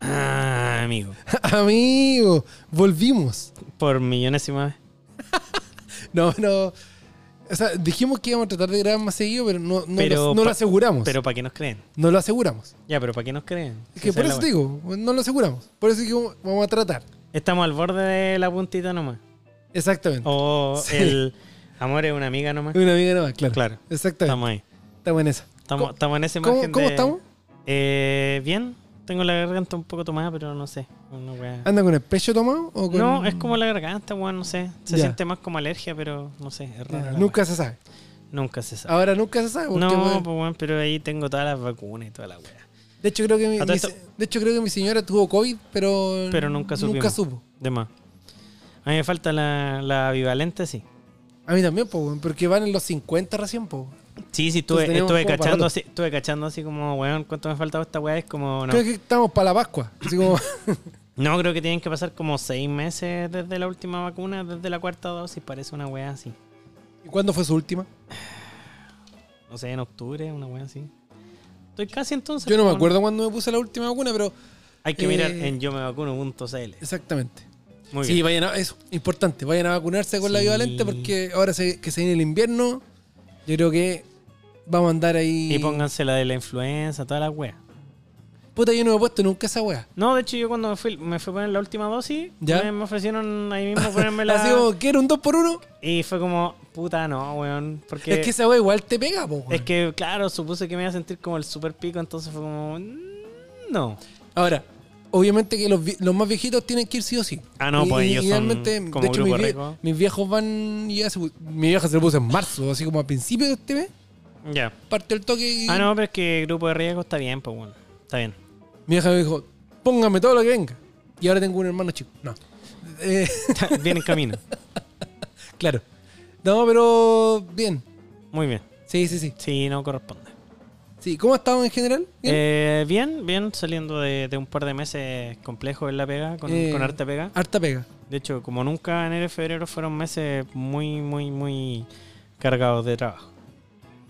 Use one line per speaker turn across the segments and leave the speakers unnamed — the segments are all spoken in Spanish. Ah, amigo.
Amigo, volvimos.
Por millonésima vez.
No, no. O sea, dijimos que íbamos a tratar de grabar más seguido, pero no, no,
Pero
lo, no lo
pa-
aseguramos.
Pero ¿para qué nos creen?
no lo aseguramos.
Ya, pero ¿para qué nos creen?
Es
Si
que
esa
por
es la
eso te
wea.
digo, no lo aseguramos. Por eso es que vamos a tratar.
Estamos al borde de la puntita nomás.
Exactamente.
O
Sí.
el amor es una amiga nomás.
Una amiga nomás, claro.
Claro.
Exactamente.
Estamos ahí.
Estamos en esa.
Estamos, estamos en ese
¿Cómo,
margen
cómo
de-
estamos?
Eh, bien. Tengo la garganta un poco tomada, pero no sé. Una wea-
¿Anda con el pecho tomado o con-
No, es como la garganta, weón, no sé. Se
Ya.
siente más como alergia, pero no sé. Es raro.
Ah, Nunca Ah, se sabe.
Nunca se sabe.
Ahora nunca se sabe. porque,
no,
bueno,
pues, weón, pero ahí tengo todas las vacunas y toda la wea.
de, hecho, creo que mi,
A todo
mi
esto-
se- de hecho, creo que mi señora tuvo COVID, pero,
Pero nunca
Nunca
supimos.
supo.
De más. A mí me falta la, la bivalente, sí.
A mí también, po, weón, porque van en los 50 recién, po.
Sí, sí,
Entonces
estuve,
tenemos
estuve
como para
cachando
rato.
así, estuve cachando así como, weón, ¿cuánto me faltaba esta weá? Es como, no.
Creo que estamos para la Pascua. Así como,
No, creo que tienen que pasar como seis meses desde la última vacuna, desde la cuarta dosis, parece una weá así.
¿Y ¿Cuándo fue su última?
No sé, en octubre, una weá así. Estoy casi entonces.
Yo no me
weón.
acuerdo cuándo me puse la última vacuna, pero
Hay que mirar
Eh.
en yo me vacuno.cl.
exactamente.
Muy
sí,
bien.
vayan a, eso, importante, vayan a vacunarse con la
Sí.
bivalente porque ahora se- que se viene el invierno, yo creo que vamos a andar ahí.
Y pónganse la de la influenza, toda la weá.
Puta, yo no me he puesto nunca esa weá.
No, de hecho, yo cuando me fui, me fui a poner la última dosis,
¿Ya?
Me, me ofrecieron ahí mismo ponerme la.
Así como, ¿quiero un 2 por 1
Y fue como, puta, no, weón. Porque
Es que esa weá igual te pega, po. weón.
Es que, claro, supuse que me iba a sentir como el super pico, entonces fue como. mm, No.
Ahora, obviamente que los, vi- los más viejitos tienen que ir sí o sí.
Ah, no,
Y-
pues
y-
ellos
y
son
realmente,
como
de hecho,
grupo
mis, vie-
rico.
mis viejos van. Ya se pu- mi vieja se lo puso en marzo, así como a principios de este mes,
Ya.
parte el toque y.
Ah, no, pero es que grupo de riesgo está bien, pues bueno. Está bien.
Mi vieja me dijo, póngame todo lo que venga. Y ahora tengo un hermano chico. No. Eh,
Está bien en camino.
claro. No, pero bien.
Muy bien.
Sí, sí, sí.
Sí, no corresponde.
sí. ¿Cómo has estado en general? Bien.
Eh, bien, bien, saliendo de, de un par de meses complejos en la pega, con,
Eh.
con harta pega.
Harta pega.
De hecho, como nunca, enero y febrero fueron meses muy, muy, muy cargados de trabajo.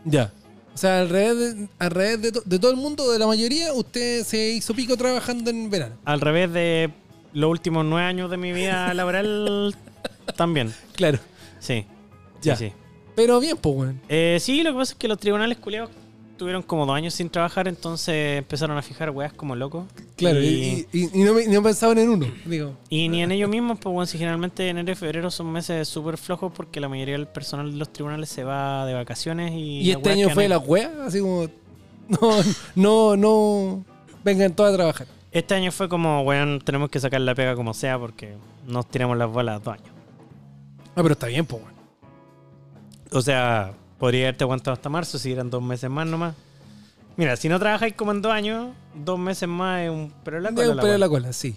Ya. O sea, al revés, de, al revés de, to- de todo el mundo, de la mayoría, usted se hizo pico trabajando en verano.
Al revés de los últimos nueve años de mi vida laboral, también.
Claro.
Sí.
Ya.
Sí, sí.
Pero bien, pues, weón.
Eh, sí, lo que pasa es que los tribunales culeados tuvieron como dos años sin trabajar, entonces empezaron a fijar weas como locos.
Claro.
Y,
Y, y- y no, me- no pensaban en uno. Digo,
y ni en ellos mismos, pues bueno, si generalmente enero y febrero son meses súper flojos porque la mayoría del personal de los tribunales se va de vacaciones y...
y,
las
este
weas
año
quedan
fue
ahí.
la wea, así como, no, no, no, vengan todos a trabajar.
Este año fue como, weón, tenemos que sacar la pega como sea porque nos tiramos las bolas dos años.
Ah, pero está bien, pues, weón.
O sea, podría haberte aguantado hasta marzo si eran dos meses más nomás. Mira, si no trabajáis como en dos años, dos meses más es un... Pero la
De
cola,
un
la
pelo
wea.
en la cola, sí.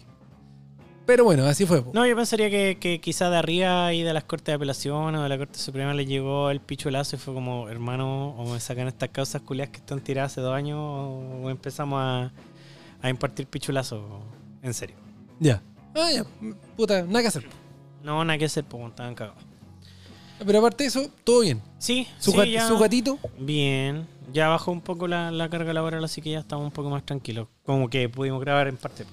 Pero bueno, así fue. po.
No, yo pensaría que, que quizá de arriba y de las cortes de apelación o de la corte suprema le llegó el pichulazo y fue como, hermano, o me sacan estas causas culias que están tiradas hace dos años o, o empezamos a, a impartir pichulazo. En serio.
Ya. Ah, ya. Puta, nada que hacer. po.
No, nada que hacer, pues, estaban cagados.
Pero aparte de eso, todo bien.
Sí,
Su,
sí,
gat-
ya-
su gatito.
Bien, ya bajó un poco la, la carga laboral, así que ya estamos un poco más tranquilos. Como que pudimos grabar en parte.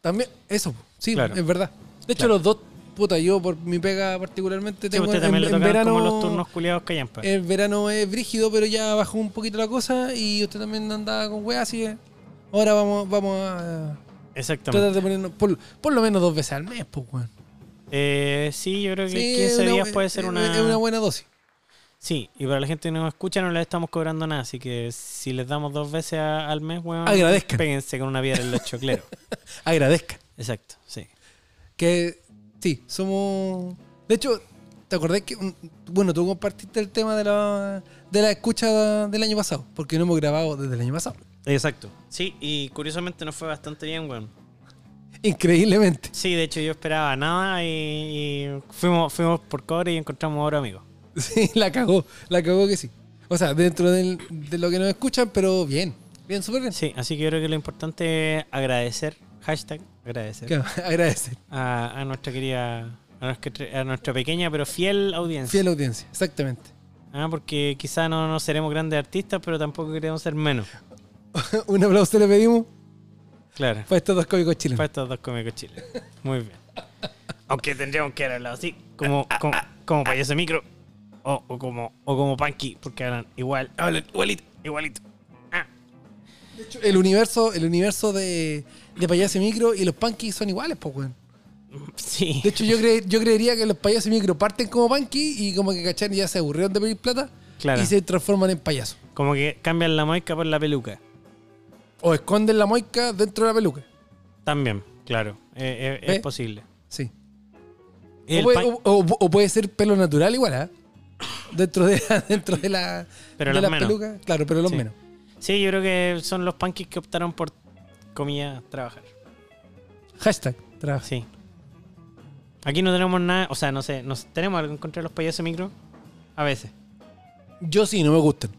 También, eso, po. sí,
Claro.
es verdad. De hecho,
Claro.
los dos, puta, yo por mi pega particularmente
Sí,
tengo
usted
en,
también le
en
tocaban
verano. eh,
como los turnos culiados que hayan, pues.
El verano es brígido, pero ya bajó un poquito la cosa y usted también andaba con weas, así que ahora vamos, vamos a
Exactamente.
tratar de ponernos por, por lo menos dos veces al mes, pues, weón.
Eh, sí, yo creo que
Sí,
15
es una-
días puede ser
es-
una...
Es una buena dosis.
Sí, y para la gente que no nos escucha no les estamos cobrando nada, así que si les damos dos veces a- al mes, weón,
Agradezcan.
péguense con una piedra en los chocleros.
Agradezcan.
Exacto, sí.
Que sí, somos. De hecho, ¿te acordás que. mm, Bueno, tú compartiste el tema de la, de la escucha del año pasado, porque no hemos grabado desde el año pasado.
Exacto. Sí, y curiosamente nos fue bastante bien, weón.
Increíblemente.
Sí, de hecho yo esperaba nada y, y fuimos, fuimos por cobre y encontramos ahora amigos.
Sí, la cagó, la cagó que sí. O sea, dentro del- de lo que nos escuchan, pero bien, bien, súper bien.
Sí, así que yo creo que lo importante es agradecer, hashtag agradecer,
Claro, Agradecer.
a, a nuestra querida, a nuestra, a nuestra pequeña pero fiel audiencia.
Fiel audiencia, exactamente.
Ah, porque quizá no, no seremos grandes artistas, pero tampoco queremos ser menos.
Un aplauso le pedimos.
Claro.
Para estos dos cómicos
Para
chilenos.
estos dos cómicos chiles. Muy bien. Aunque tendríamos que haberlo así, como, como, como payaso micro. O, o como, o como Panky, porque hablan igual. Hablan igualito, igualito. Ah,
De hecho, el universo, el universo de, de payaso y micro y los punkies son iguales, pues, weón.
sí.
De hecho, yo, cre- yo creería que los payasos y micro parten como punky y como que cachan ya se aburrieron de pedir plata
Claro.
y se transforman en payasos.
Como que cambian la maica por la peluca.
O esconden la moica dentro de la peluca.
También, claro. Eh, eh, es
¿Ves?
posible.
Sí.
Y
O
el
puede,
pan-
o- o- o puede ser pelo natural igual, ¿ah? Dentro de la, dentro de la,
Pero
de
los
la
menos.
peluca. Claro, pero los
Sí.
menos.
Sí, yo creo que son los punkies que optaron por comida trabajar.
Hashtag trabajo.
Sí. Aquí no tenemos nada, o sea, no sé, nos tenemos algo en contra de los payasos micro. A veces.
Yo sí, no me gustan.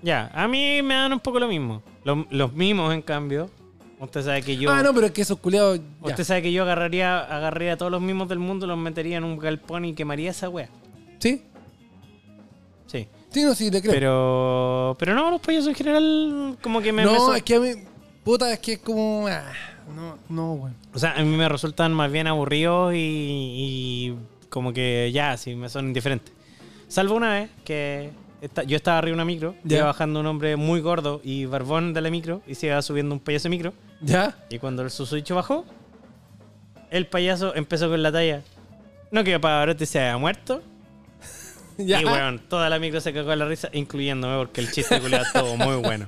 Ya, a mí me dan un poco lo mismo. Los, los mimos, en cambio. Usted sabe que yo.
Ah, no, pero es que esos culiados. ya.
Usted sabe que yo agarraría, agarraría a todos los mimos del mundo, los metería en un galpón y quemaría esa wea.
¿Sí?
Sí.
Sí, no, sí, te creo.
Pero. Pero no, los payasos en general, como que me. me
no,
son-
es que a mí. Puta, es que es como. ah, no, no, weón.
O sea, a mí me resultan más bien aburridos y, y como que ya, sí, me son indiferentes. Salvo una vez que esta- yo estaba arriba de una micro,
Ya.
iba bajando un hombre muy gordo y barbón de la micro y se iba subiendo un payaso de micro.
¿Ya?
Y cuando el susodicho bajó, el payaso empezó con la talla. No que Pavarotti se haya muerto.
¿Ya?
Y weón, toda la micro se cagó de la risa, incluyéndome porque el chiste culiado estuvo muy bueno.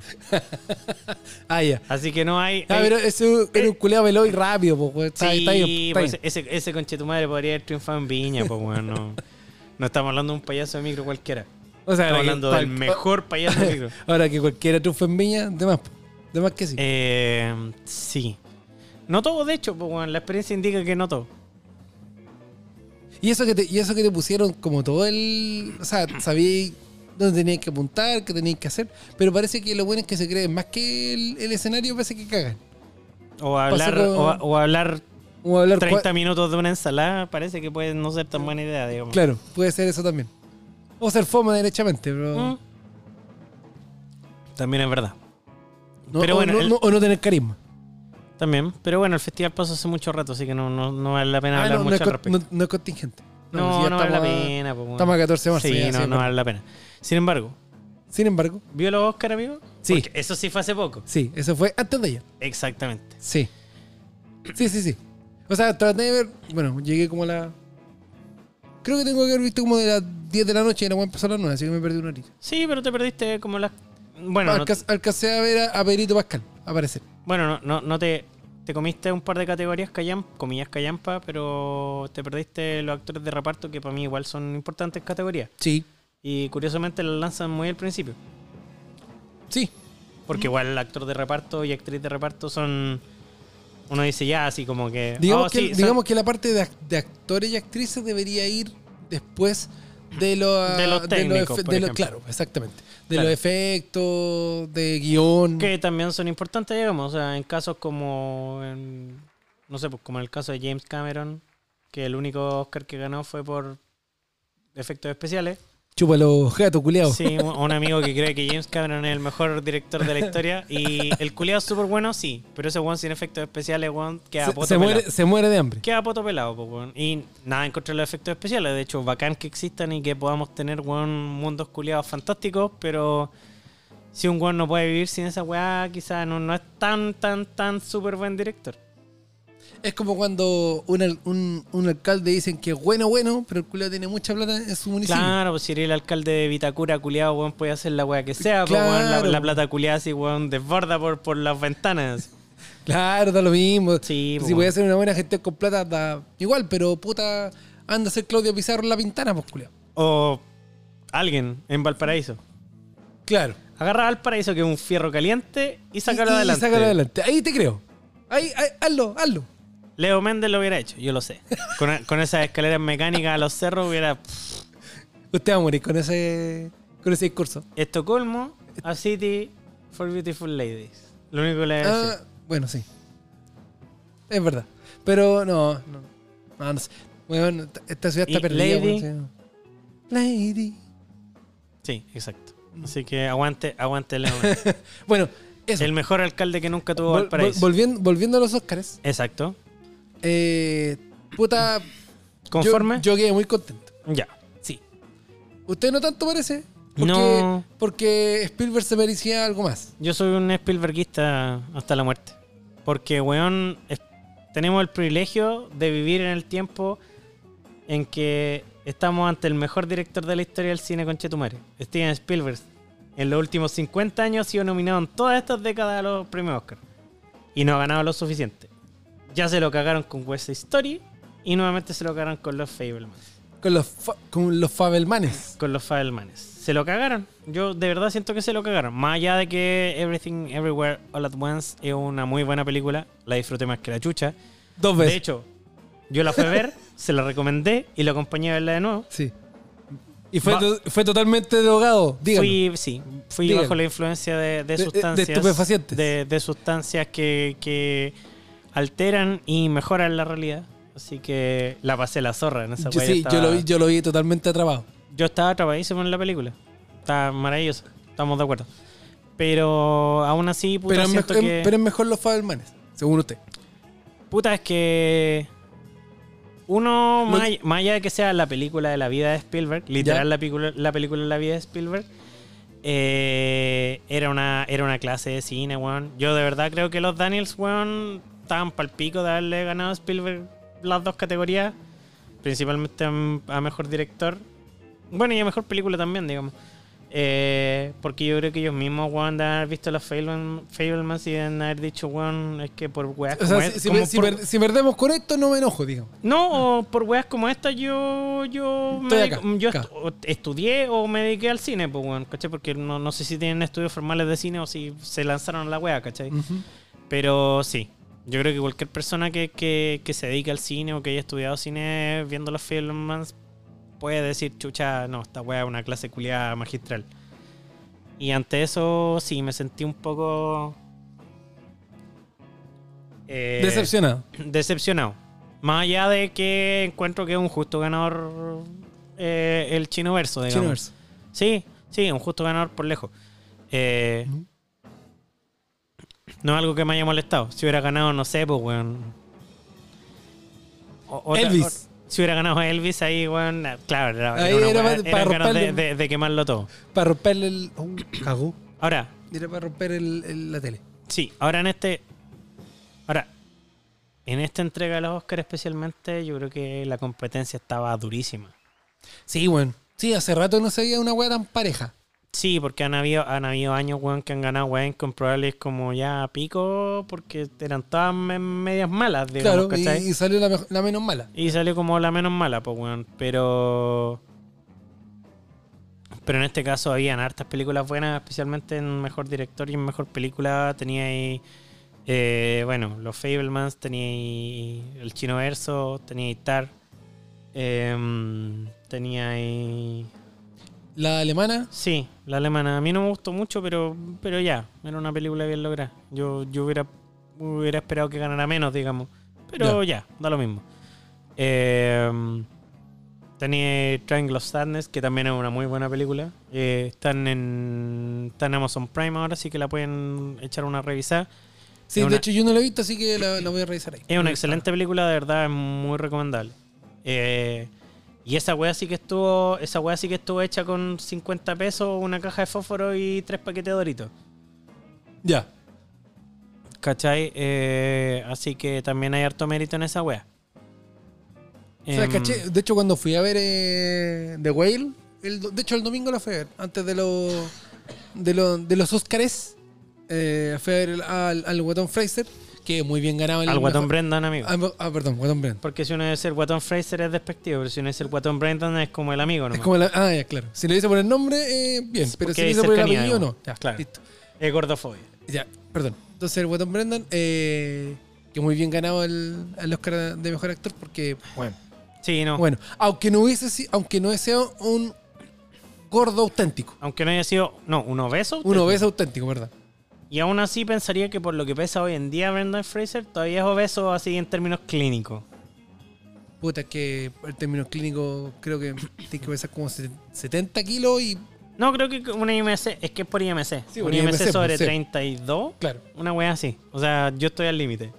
Ah, ya.
Así que no hay...
Ah,
hay-
pero ese era un culiado veloz y rápido, pues, weón. Está,
Sí,
está bien, está
pues
bien.
ese, ese conche tu madre podría haber triunfado en Viña, pues weón. No, no estamos hablando de un payaso de micro cualquiera.
O sea,
Estamos
ahora que
hablando
cual-
del mejor payaso de micro.
Ahora que cualquiera triunfa en viña, de más, po. de más que sí.
Eh, sí. No todo, de hecho, pues weón. La experiencia indica que no todo.
Y eso que te, y eso que te pusieron como todo el. O sea, sabías dónde tenías que apuntar, qué tenías que hacer. Pero parece que lo bueno es que se creen más que el, el escenario, parece que cagan.
O hablar,
con-
o, o hablar
O hablar cua-
30 minutos de una ensalada parece que puede no ser tan buena idea, digamos.
Claro, puede ser eso también. O ser foma derechamente, pero.
Mm. También es verdad.
no,
pero
o,
bueno,
no,
el-
no- o no tener carisma.
También. Pero bueno, el festival pasó hace mucho rato, así que no, no, no vale la pena
Ah,
hablar
no, no
mucho
es
al
con-
respecto.
no- no es contingente.
No, no,
si
vale
ya
la
estamos a-
pena. pues, weón.
Estamos a 14 de marzo.
Sí,
ya,
no,
sí,
no
pero-
vale la pena. Sin embargo,
Sin embargo,
¿vio los Oscar, amigo?
Sí.
Porque eso sí fue hace poco.
sí, eso fue antes de ayer.
Exactamente.
Sí. Sí, sí, sí. O sea, traté de ver. Bueno, llegué como a la. Creo que tengo que haber visto como de las 10 de la noche y la web empezó a las 9, así que me perdí una horita.
Sí, pero te perdiste como las. Bueno, no,
Alca- Alcancé a ver a, a Perito Pascal aparecer.
bueno, no, no, no te. Te comiste un par de categorías callam, comillas callampa, pero te perdiste los actores de reparto que para mí igual son importantes categorías.
Sí.
Y curiosamente las lanzan muy al principio.
Sí.
Porque
Mm.
igual el actor de reparto y actriz de reparto son. Uno dice ya, así como que.
Digamos,
oh,
que,
sí, son
digamos que la parte de, ac- de actores y actrices debería ir después de, lo,
De los técnicos,
efe-
por
de lo-
ejemplo.
Claro, exactamente. De
Claro.
los efectos, de guión.
que también son importantes, digamos. O sea, en casos como. en- no sé, pues como en el caso de James Cameron, que el único Oscar que ganó fue por efectos especiales.
Chupa los gatos, culiados.
Sí, un un amigo que cree que James Cameron es el mejor director de la historia. Y el culiado es súper bueno, sí. Pero ese one sin efectos especiales, one queda
se,
poto
se
pelado.
muere, se muere de hambre.
Queda poto pelado, po, weón. Y nada en contra de los efectos especiales. De hecho, bacán que existan y que podamos tener, weón, mundos culiados fantásticos, pero si un weón no puede vivir sin esa weá, quizás no, no es tan, tan, tan súper buen director.
Es como cuando un, al- un, un alcalde dicen que es bueno, bueno, pero el culiado tiene mucha plata en su municipio.
Claro, pues si eres el alcalde de Vitacura, culiado, weón, puede hacer la weá que sea, po, weón. La,
Claro.
la plata culiada así, weón, desborda por, por las ventanas.
Claro, da lo mismo.
Sí,
si
po.
voy a hacer una buena gestión con plata, da igual, pero puta, anda a ser Claudio Pizarro en la pintana, pues culiao.
O alguien en Valparaíso.
Claro.
Agarra a Valparaíso, que es un fierro caliente, y sácalo
Y- y
adelante.
sácalo adelante. Ahí te creo. Ahí, ahí, hazlo, hazlo.
Leo Méndez lo hubiera hecho, yo lo sé. Con, con esas escaleras mecánicas a los cerros hubiera pff,
Usted va a morir con ese, con ese discurso.
Estocolmo, a City for Beautiful Ladies. Lo único que le voy a decir.
Ah, bueno, sí. Es verdad. Pero no, no. Ah, No, no sé. Bueno, esta- esta ciudad
Y
está perdida.
Lady.
weón, sí. Lady.
Sí, exacto. Así que aguante, aguante Leo Méndez.
Bueno, Eso.
El mejor alcalde que nunca tuvo
Vol-
Valparaíso.
vol- volviendo, volviendo a los Oscars.
Exacto.
Eh, puta. yo-
¿Conforme?
Yo, quedé muy contento.
ya.
Sí. Usted no tanto parece. Porque,
No.
porque Spielberg se merecía algo más.
Yo soy un Spielberguista hasta la muerte. Porque, weón, es- tenemos el privilegio de vivir en el tiempo en que estamos ante el mejor director de la historia del cine con Chetumare, Steven Spielberg. En los últimos 50 años ha sido nominado en todas estas décadas a los premios Oscar. Y no ha ganado lo suficiente. Ya se lo cagaron con West Side Story y nuevamente se lo cagaron con los Fableman
Con los, fa- con los Fabelmanes.
con los Fabelmanes. Se lo cagaron. Yo de verdad siento que se lo cagaron. Más allá de que Everything Everywhere All at Once es una muy buena película, la disfruté más que la chucha.
Dos
De
veces.
hecho, yo la fui a ver, se la recomendé y la acompañé a verla de nuevo.
Sí. Y fue,
Va-
to- fue totalmente drogado. Dígame.
Fui, sí, fui
Dígalo.
bajo la influencia de, de
de
sustancias.
estupefacientes.
De, de sustancias que, que alteran y mejoran la realidad. Así que la pasé la zorra en esa
Yo,
wea,
sí,
estaba-
yo lo vi, yo lo vi totalmente atrapado.
Yo estaba atrapadísimo en la película. Está maravilloso. Estamos de acuerdo. Pero aún así, puta,
Pero es,
siento
mejor, em,
que...
pero es mejor los Fabelmanes, según usted.
Puta, es que... Uno,
Lo-
más, all- más allá de que sea la película de la vida de Spielberg,
Ya.
literal la película, la película de la vida de Spielberg, eh, era, una, era una clase de cine, weón. Yo de verdad creo que los Daniels, weón, estaban pal pico de haberle ganado a Spielberg las dos categorías, principalmente a- a mejor director. Bueno, y a mejor película también, digamos. Eh, porque yo creo que ellos mismos, weón, de haber visto los Fableman- Fablemans y de haber dicho, weón, es que por weas
O
como,
sea,
es-
si, si
como
per- si
por-
per- si perdemos con esto, no me enojo, digamos.
No, o por weas como esta yo, yo, me
Estoy
dedico-
acá,
yo
acá.
estu- o estudié o me dediqué al cine, pues, weón, ¿cachai? Porque no, no sé si tienen estudios formales de cine o si se lanzaron a la wea, ¿cachai? Pero sí, yo creo que cualquier persona que, que, que se dedique al cine o que haya estudiado cine viendo los films puede decir, chucha, no, esta weá es una clase culiada magistral. Y ante eso, sí, me sentí un poco... eh,
Decepcionado.
decepcionado. Más allá de que encuentro que es un justo ganador eh, el chino verso, digamos.
Chino verso.
Sí, sí, un justo ganador por lejos. Eh,
Ujú.
No es algo que me haya molestado. Si hubiera ganado, no sé, pues, weón. O- otra-
Elvis.
o- si hubiera ganado Elvis, ahí, weón, na- claro, era,
Ahí
una
era
weá-
pa-
eran
pa
ganas de,
romperle-
de- de quemarlo todo.
Para romperle el. Oh, cagó.
Ahora,
Era para romper el- el- la tele.
sí, ahora en este. Ahora, en esta entrega de los Oscars especialmente, yo creo que la competencia estaba durísima.
Sí, bueno. Sí, hace rato no se veía una wea tan pareja.
Sí, porque han habido, han habido años, weón, que han ganado, weón, incomprobables como ya a pico, porque eran todas me- medias malas, digamos,
claro,
¿cachai?
y, y salió la, mejo- la menos mala.
Y salió como la menos mala, pues, weón. Pero. Pero en este caso habían hartas películas buenas, especialmente en mejor director y en mejor película. Tenía ahí. eh, bueno, los Fablemans, tenía ahí El Chino Verso, tenía ahí Tar. em, tenía ahí.
La alemana,
Sí, la alemana. A mí no me gustó mucho, pero, pero ya, era una película bien lograda. Yo, yo hubiera, hubiera esperado que ganara menos, digamos. Pero ya, da lo mismo. Eh, tenía Triangle of Sadness, que también es una muy buena película. Eh, están, en, está en Amazon Prime ahora, así que la pueden echar una revisada.
sí,
Es
de
una-
hecho yo no la he visto, así que la, la voy a revisar ahí.
Es una excelente película, de verdad, es muy recomendable. Eh, y esa weá sí que estuvo. Esa weá sí que estuvo hecha con 50 pesos, una caja de fósforo y tres paquetes de doritos.
Ya.
¿Cachai? Eh, así que también hay harto mérito en esa weá.
O sea,
Em,
caché, de hecho, cuando fui a ver eh, The Whale, el do- de hecho, el domingo la fui a ver, antes de, los de, lo- de los Oscars, eh, fui a ver el- al, al Guatón Fraser, que muy bien ganaba el
Al guatón
mejor-
Brendan, amigo.
Ah, ah, perdón, Guatón Brent.
Porque si uno es el guatón Fraser es despectivo, pero si uno es el guatón Brendan es como el amigo, ¿no?
Es como la, ah, ya, claro. Si lo dice por el nombre, eh, bien, pero
porque
si lo
hay
dice por el
cercanía,
apellido, no.
digamos.
Ya,
Claro.
Listo.
Es gordofobia.
Ya, perdón. Entonces el Guatón Brendan, eh, que muy bien ganado el, el Oscar de Mejor Actor, porque, bueno,
Sí, no.
bueno aunque no hubiese si- aunque no sea un gordo auténtico,
Aunque no haya sido. No, un obeso.
un obeso auténtico, ¿verdad?
Y aún así pensaría que por lo que pesa hoy en día Brendan Fraser todavía es obeso así en términos clínicos.
Puta, es que el término clínico creo que tiene que pesar como se- 70 kilos y
No, creo que una IMC, es que es por IMC.
Sí,
una
por
IMC,
IMC,
sobre
sí.
32,
Claro.
una wea así. O sea, yo estoy al límite.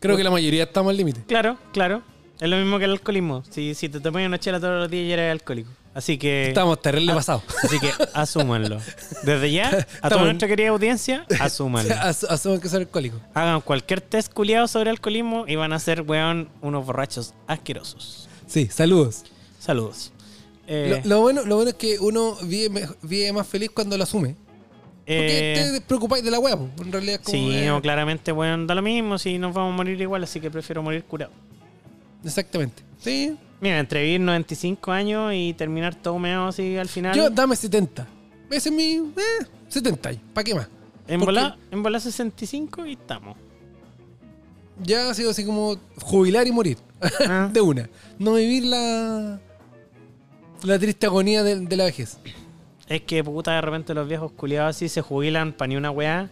Creo que la mayoría estamos al límite.
Claro, claro. Es lo mismo que el alcoholismo. Si, si te tomas una chela todos los días ya eres alcohólico. Así que.
Estamos terrible
Ah.
pasado.
Así que asúmanlo. Desde ya, a
Estamos-
toda nuestra querida audiencia, asúmanlo.
As- Asumo que soy alcohólico.
Hagan cualquier test culiado sobre alcoholismo y van a ser, weón, unos borrachos asquerosos.
Sí, saludos.
Saludos.
Lo,
Eh,
lo bueno, lo bueno es que uno vive, me- vive más feliz cuando lo asume. Porque
eh,
te preocupáis de la hueá, po. en realidad es como,
sí,
eh,
no, claramente, weón, da lo mismo. Si nos vamos a morir igual, así que prefiero morir curado.
Exactamente. Sí.
Mira, entre vivir 95 años y terminar todo meado así al final.
Yo dame 70. Ese es mi... eh, 70. ¿Para qué más?
en
¿por
volá en volá 65 y estamos.
Ya ha sido así como jubilar y morir.
Ah,
De una. No vivir la... La triste agonía de, de la vejez.
es que puta, de repente los viejos culiados así se jubilan para ni una weá.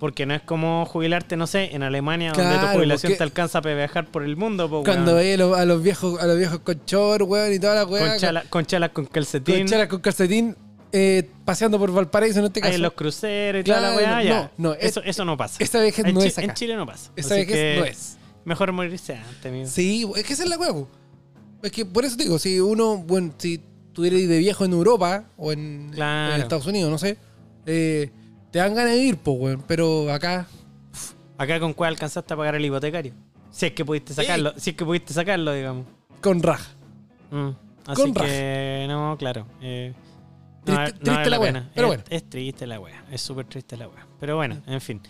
Porque no es como jubilarte, no sé, en Alemania, donde tu
Claro,
jubilación
porque-
te alcanza para viajar por el mundo, po,
Cuando
Oh, weón.
veía a los- a los viejos, a los viejos con chor, weón, y toda la weá.
con, chala- con chalas con
con
calcetín,
chalas con calcetín, eh, paseando por Valparaíso en este
ahí
caso.
en los cruceros y toda la
Claro,
weá, ya.
no, no, es-
eso, eso no pasa.
Esa vejez
en,
no
Chi-
es acá.
en Chile no pasa.
Esa
Así
vejez
que
no es.
Mejor morirse antes, amigo.
Sí, es que esa es la hueá, po. Es que por eso te digo, si uno, bueno, si tuviera de viejo en Europa o en,
Claro.
en Estados Unidos, no sé, eh, te dan ganas de ir, po, weón. Pero acá,
Acá con cuál alcanzaste a pagar el hipotecario. Si es que pudiste sacarlo, si es que pudiste sacarlo, digamos.
con raja.
Mm. Así
Con
que no, claro. eh, no,
Triste-
no
triste
vale
la wea,
pena.
pero
es,
bueno.
es triste la wea, es súper triste la wea. Pero bueno, en fin.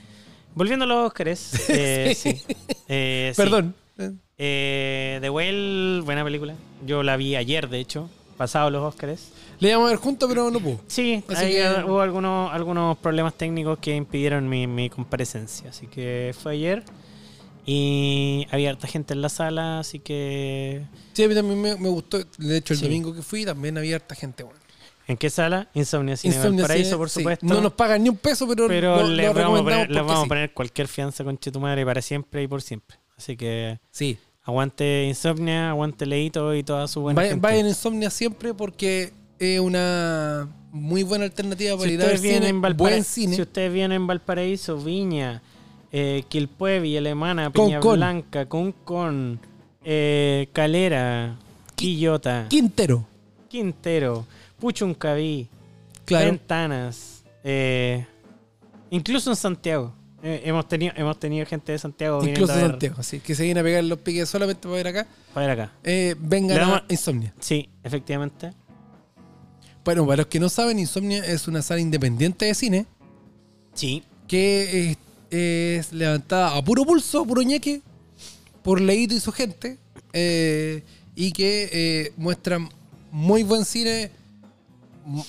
Volviendo a los Óscares. eh,
Sí.
sí. Eh, sí.
Perdón. Eh,
Eh, The Whale, buena película. Yo la vi ayer, de hecho, pasado los Óscares.
Le íbamos a ver juntos, pero no pudo.
Sí,
Así
ahí
que-
hubo algunos, algunos problemas técnicos que impidieron mi, mi comparecencia. Así que fue ayer. Y había harta gente en la sala, así que.
Sí, a mí también me, me gustó. De hecho, el
Sí.
domingo que fui también había harta gente, weón.
¿En qué sala? Insomnia Cine
Insomnia
Valparaíso,
Cine,
por
sí.
supuesto.
No nos pagan ni un peso, pero,
pero
lo- lo
les vamos, a
recomendamos
poner, les
porque
vamos
sí.
a poner cualquier fianza con tu madre para siempre y por siempre. Así que
Sí.
aguante Insomnia, aguante Leito y toda su buena.
vayan,
gente.
vayan a Insomnia siempre porque es una muy buena alternativa para
si
ir a ver
ustedes, vienen
cine,
en Valpara-
buen cine.
si ustedes vienen en Valparaíso, Viña, eh, Quilpue, Villa Alemana,
Concón.
Peña Blanca, Concón, eh, Calera, Quillota,
Quintero.
Quintero, Puchuncaví,
Claro.
Ventanas, eh, incluso en Santiago. Eh, hemos, tenido, hemos tenido gente de Santiago viniendo
Incluso
a ver,
Santiago, sí, que se viene a pegar los piques solamente para ver acá.
para ver acá.
Eh, vengan
Le damos-
a Insomnia.
Sí, efectivamente.
Bueno, para los que no saben, Insomnia es una sala independiente de cine
Sí.
que es, es levantada a puro pulso, a puro ñeque, por Leito y su gente, eh, y que eh, muestran muy buen cine. M-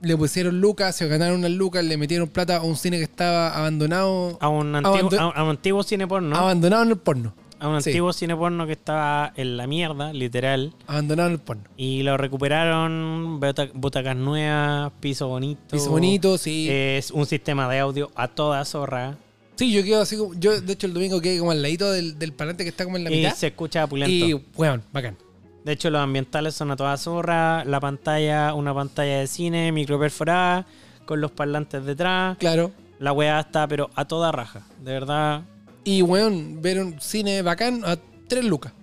Le pusieron lucas, se ganaron unas lucas, le metieron plata a un cine que estaba abandonado,
A un antiguo,
Abandon-
a un- a un antiguo cine porno.
abandonado en el porno.
a un
sí.
antiguo cine porno que estaba en la mierda, literal.
Abandonado en el porno.
Y lo recuperaron, bota- butacas nuevas, piso bonito.
Piso bonito, sí.
Es un sistema de audio a toda zorra.
Sí, yo quedo así como. Yo, de hecho, el domingo quedé como al ladito del, del parlante que está como en la
y
mitad.
se escucha apulento.
Y, weón, bacán.
De hecho, los ambientales son a toda zorra. La pantalla, una pantalla de cine, microperforada, con los parlantes detrás.
Claro.
La weá está, pero a toda raja. De verdad,
Y, weón, ver un cine bacán a tres lucas.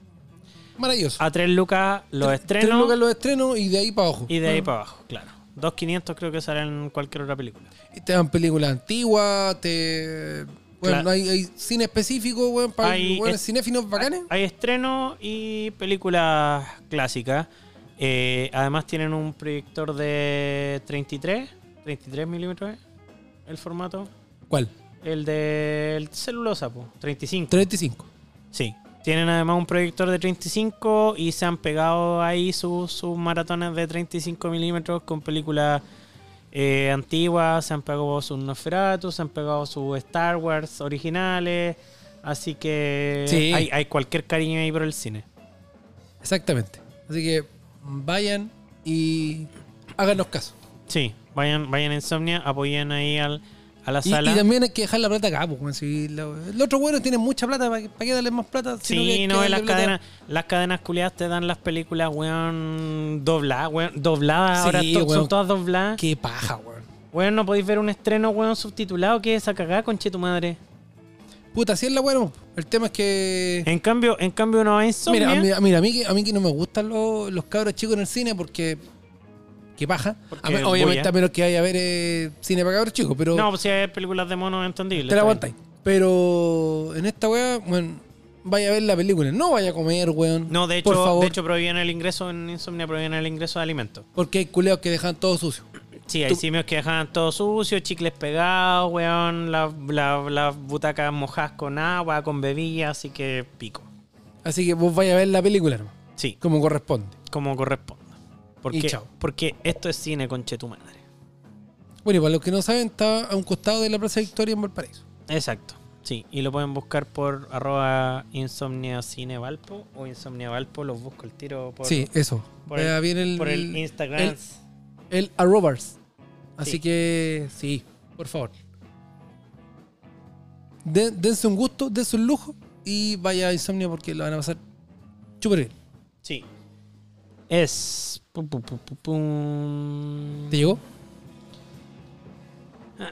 Maravilloso.
a tres lucas los
Tres-
estrenos.
Tres lucas los estrenos y de ahí para abajo.
Y de ahí
Ah.
para abajo, claro. 2.500 creo que salen en cualquier otra película.
Y te dan películas antiguas, te. Bueno,
Claro.
hay, hay cine específico, weón, para
Hay- Ah,
weón,
es-
cinéfinos bacanes.
Hay estreno y películas clásicas. Eh, además tienen un proyector de 33, 33 milímetros, ¿eh? el formato.
¿Cuál?
El del celulosa, po, 35.
35.
Sí. Tienen además un proyector de 35 y se han pegado ahí sus, sus maratones de 35 milímetros con películas eh, antiguas. Se han pegado sus Nosferatu, se han pegado sus Star Wars originales. Así que
Sí.
hay, hay cualquier cariño ahí por el cine.
Exactamente. Así que vayan y háganos caso.
Sí, vayan, vayan a Insomnia, apoyen ahí al, a la
Y,
sala.
y también hay que dejar la plata acá, pues, weón, si la- el otro bueno tiene mucha plata, ¿para qué darle más plata? Si que hay
Sí,
que
no,
darle
las
plata.
cadenas, las cadenas culiadas te dan las películas, weón, dobladas, weón, dobladas,
Sí,
ahora to-
weón.
son todas dobladas.
Qué paja, weón.
Weón, no podéis ver un estreno, weón, subtitulado, que esa cagada, conche tu madre.
Puta, si es la bueno. El tema es que.
En cambio, en cambio no hay
Mira,
Mira,
mira, mira, a mí, que- a mí que no me gustan los, los cabros chicos en el cine porque. Qué paja.
Porque
A me-
voy,
obviamente,
¿eh?
a menos que vaya a ver eh, cine para cabros chicos, pero.
No, pues si hay películas de monos entendibles.
te
está
la aguantáis. Pero en esta weá, bueno, vaya a ver la película. No vaya a comer, weón.
bien. No, de
Por
hecho,
favor.
de hecho prohíben el ingreso en Insomnia, prohíben el ingreso de alimentos.
Porque hay culeos que dejan todo sucio.
Sí, hay
Tú-
simios que dejan todo sucio, chicles pegados, weón, las las- las butacas mojadas con agua, con bebida, así que pico.
Así que vos vaya a ver la película, hermano.
Sí,
Como corresponde.
como corresponda.
Y
Porque,
chao.
porque esto es cine, conche tu madre.
Bueno, y para los que no saben, está a un costado de la Plaza Victoria en Valparaíso.
Exacto. Sí, y lo pueden buscar por arroba insomnia cine valpo o insomnia valpo, los busco el tiro por,
sí, eso.
por
Vea
el-
bien el,
por el Instagram.
el- el arrobars. Así
Sí.
que sí, por favor. De- dense un gusto, dense un lujo y vaya a insomnio porque lo van a pasar súper bien.
Sí. Es. pum, pum, pum, pum, pum.
¿Te llegó? Ah,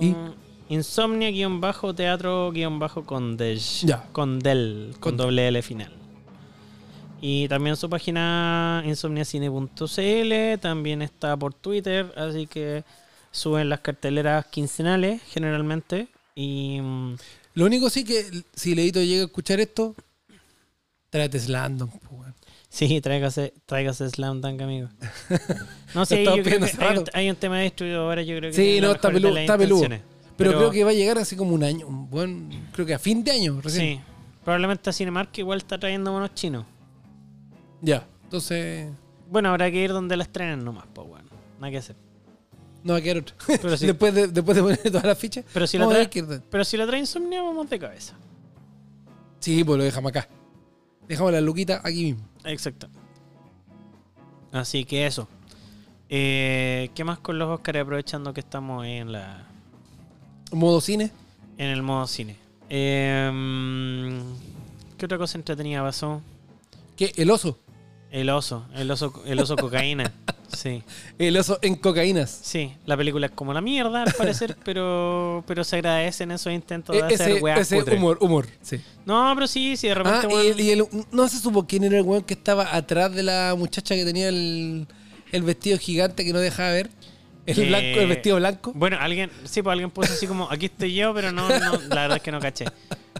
¿Y?
Insomnia-teatro-condes.
Ya.
Condel, con
Condel.
doble L final. Y también su página insomniacine.cl. También está por Twitter. Así que suben las carteleras quincenales generalmente. Y. mm,
Lo único sí que si Leito llega a escuchar esto, tráete Slandon. po, weón.
Sí, tráigase, tráigase Slam Dunk, amigo. No
Lo
sé,
estaba
yo creo
pidiendo
que
hace
hay,
rato.
un, hay un tema de estudio ahora, yo creo que...
Sí,
es la
no, está
mejor de
peludo.
las
Está peludo. Pero,
intenciones.
creo que va a llegar así como un año, un buen, creo que a fin de año recién.
Sí, probablemente a Cinemark igual está trayendo monos chinos.
Ya. Entonces,
Bueno, habrá que ir donde la estrenen nomás, pues bueno. Nada que hacer.
no va a quedar otro.
Pero sí.
después, de, después de poner todas las fichas.
Pero si la
vamos a
trae-
ver qué-
Pero si la trae Insomnia, vamos de cabeza.
Sí, pues lo dejamos acá. Dejamos la luquita aquí mismo.
Exacto. Así que eso. Eh, ¿Qué más con los Oscars aprovechando que estamos ahí en la...
Modo cine.
En el modo cine. Eh, ¿Qué otra cosa entretenida pasó?
que El oso.
El oso, el oso, el oso cocaína. Sí,
El oso en cocaínas.
sí. La película es como la mierda, al parecer, pero, pero se agradecen esos intentos de
E-
hacer weas
ese
cutres.
humor, humor. Sí.
No, pero sí, sí, de repente,
Ah, y
weón,
el- y el- no se supo quién era el weón que estaba atrás de la muchacha que tenía el, el vestido gigante que no dejaba ver. El,
Eh,
blanco, el vestido blanco.
Bueno, alguien, sí, pues alguien puso así como, aquí estoy yo, pero no, no, la verdad es que no caché.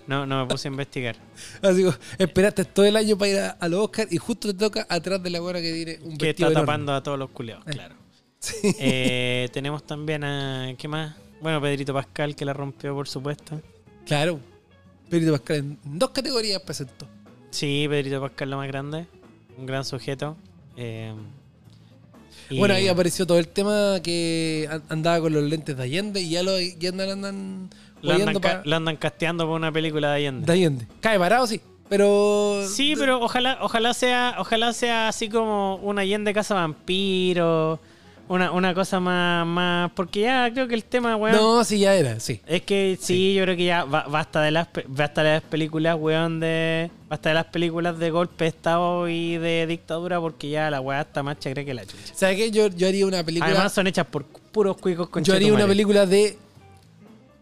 No, no me puse a investigar.
Así como, esperaste todo el año para ir a, a los Oscars y justo te toca atrás de la weona que tiene un
Que
vestido
está
enorme.
tapando a todos los culeados,
Eh.
claro.
Sí.
Eh, tenemos también a, ¿qué más? Bueno, Pedrito Pascal, que la rompió, por supuesto.
Claro. Perito Pascal en dos categorías presentó.
Sí, Pedrito Pascal lo más grande. Un gran sujeto. Eh, y-
Bueno, ahí apareció todo el tema que an- andaba con los lentes de Allende y ya lo ya andan, andan
lo andan,
guayando
ca-
pa-
lo andan casteando por una película de Allende.
de Allende. Cae parado, sí, pero...
Sí, pero ojalá, ojalá sea, ojalá sea así como un Allende Casa Vampiro, una, una cosa más, más, porque ya creo que el tema, weón,
No, sí, ya era, sí.
es que sí, yo creo que ya ba- basta de las pe- basta de las películas, weón, de basta de las películas de golpe de estado y de dictadura, porque ya la weá está más chacra que la chucha.
¿Sabes qué? Yo, yo haría una película...
Además son hechas por cu- puros cuicos con
yo haría una película de...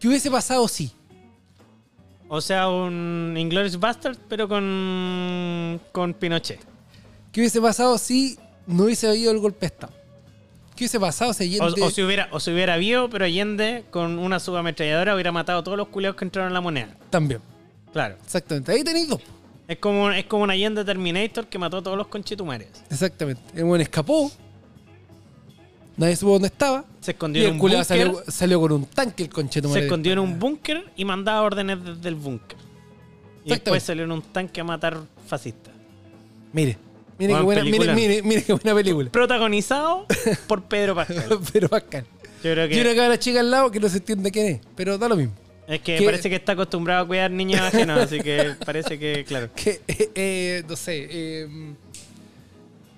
¿Qué hubiese pasado si?
O sea, un Inglourious Bastard, pero con con Pinochet.
¿Qué hubiese pasado si no hubiese habido el golpe de Estado? ¿Qué hubiese pasado si
O,
Allende...
o si hubiera, o si hubiera habido, pero Allende con una subametralladora hubiera matado a todos los culeos que entraron a la moneda.
También,
Claro.
exactamente. Ahí tenéis dos.
Es como, es como un Allende Terminator que mató a todos los conchitumares.
Exactamente. El buen escapó. Nadie supo dónde estaba.
Se
Y
escondió en
el
un
culiao
búnker.
salió, salió con un tanque el conchetumare.
Se escondió en un búnker y mandaba órdenes desde el búnker. Y después
Exactamente.
salió en un tanque a matar fascistas.
Mire, mire
Buena
qué buena, mire,
película.
mire, mire qué buena película.
Protagonizado por Pedro Pascal.
pero Pascal.
Yo creo
Y una
que
cabra chica al lado que no se entiende quién es, pero da lo mismo.
es que
que-
parece que está acostumbrado a cuidar niños ajenos, así que parece que, claro.
Que, eh, eh, no sé, eh,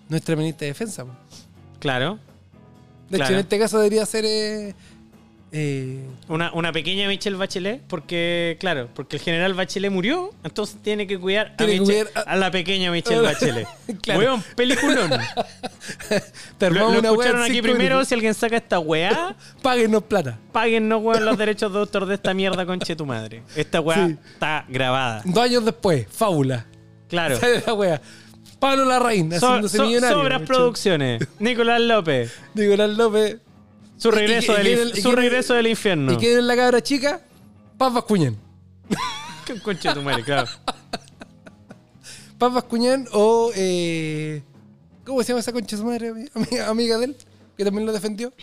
nuestra ministra de defensa. po.
Claro.
De hecho,
Claro.
en este caso debería ser. eh, eh,
Una, una pequeña Michelle Bachelet, porque, claro, porque el general Bachelet murió, entonces tiene que cuidar,
Tiene
a,
que
Michelle-
cuidar a-
a la pequeña Michelle Bachelet.
Claro.
Weón, peliculón.
te
Lo,
armamos
lo
una wea
escucharon
en
aquí
cinco
primero,
minutos.
si alguien saca esta weá,
Páguenos plata.
páguennos, weón, los derechos de autor de esta mierda, conche tu madre. Esta weá
Sí.
está grabada.
Dos años después, fábula.
Claro.
Sale la wea. Pablo Larraín,
So-
haciéndose
so-
millonario.
sobras
¿cachai?
producciones. Nicolás López.
Nicolás López.
Su
¿Y- y-
regreso,
y
del,
quién
inf-
es el- y
su
quién es-
regreso del infierno.
¿Y quién es la cabra chica? Paz Bascuñán.
Conche tu madre, claro.
Paz Bascuñán o. eh, ¿Cómo se llama esa concha de su madre, ami- amiga, amiga de él? Que también lo defendió.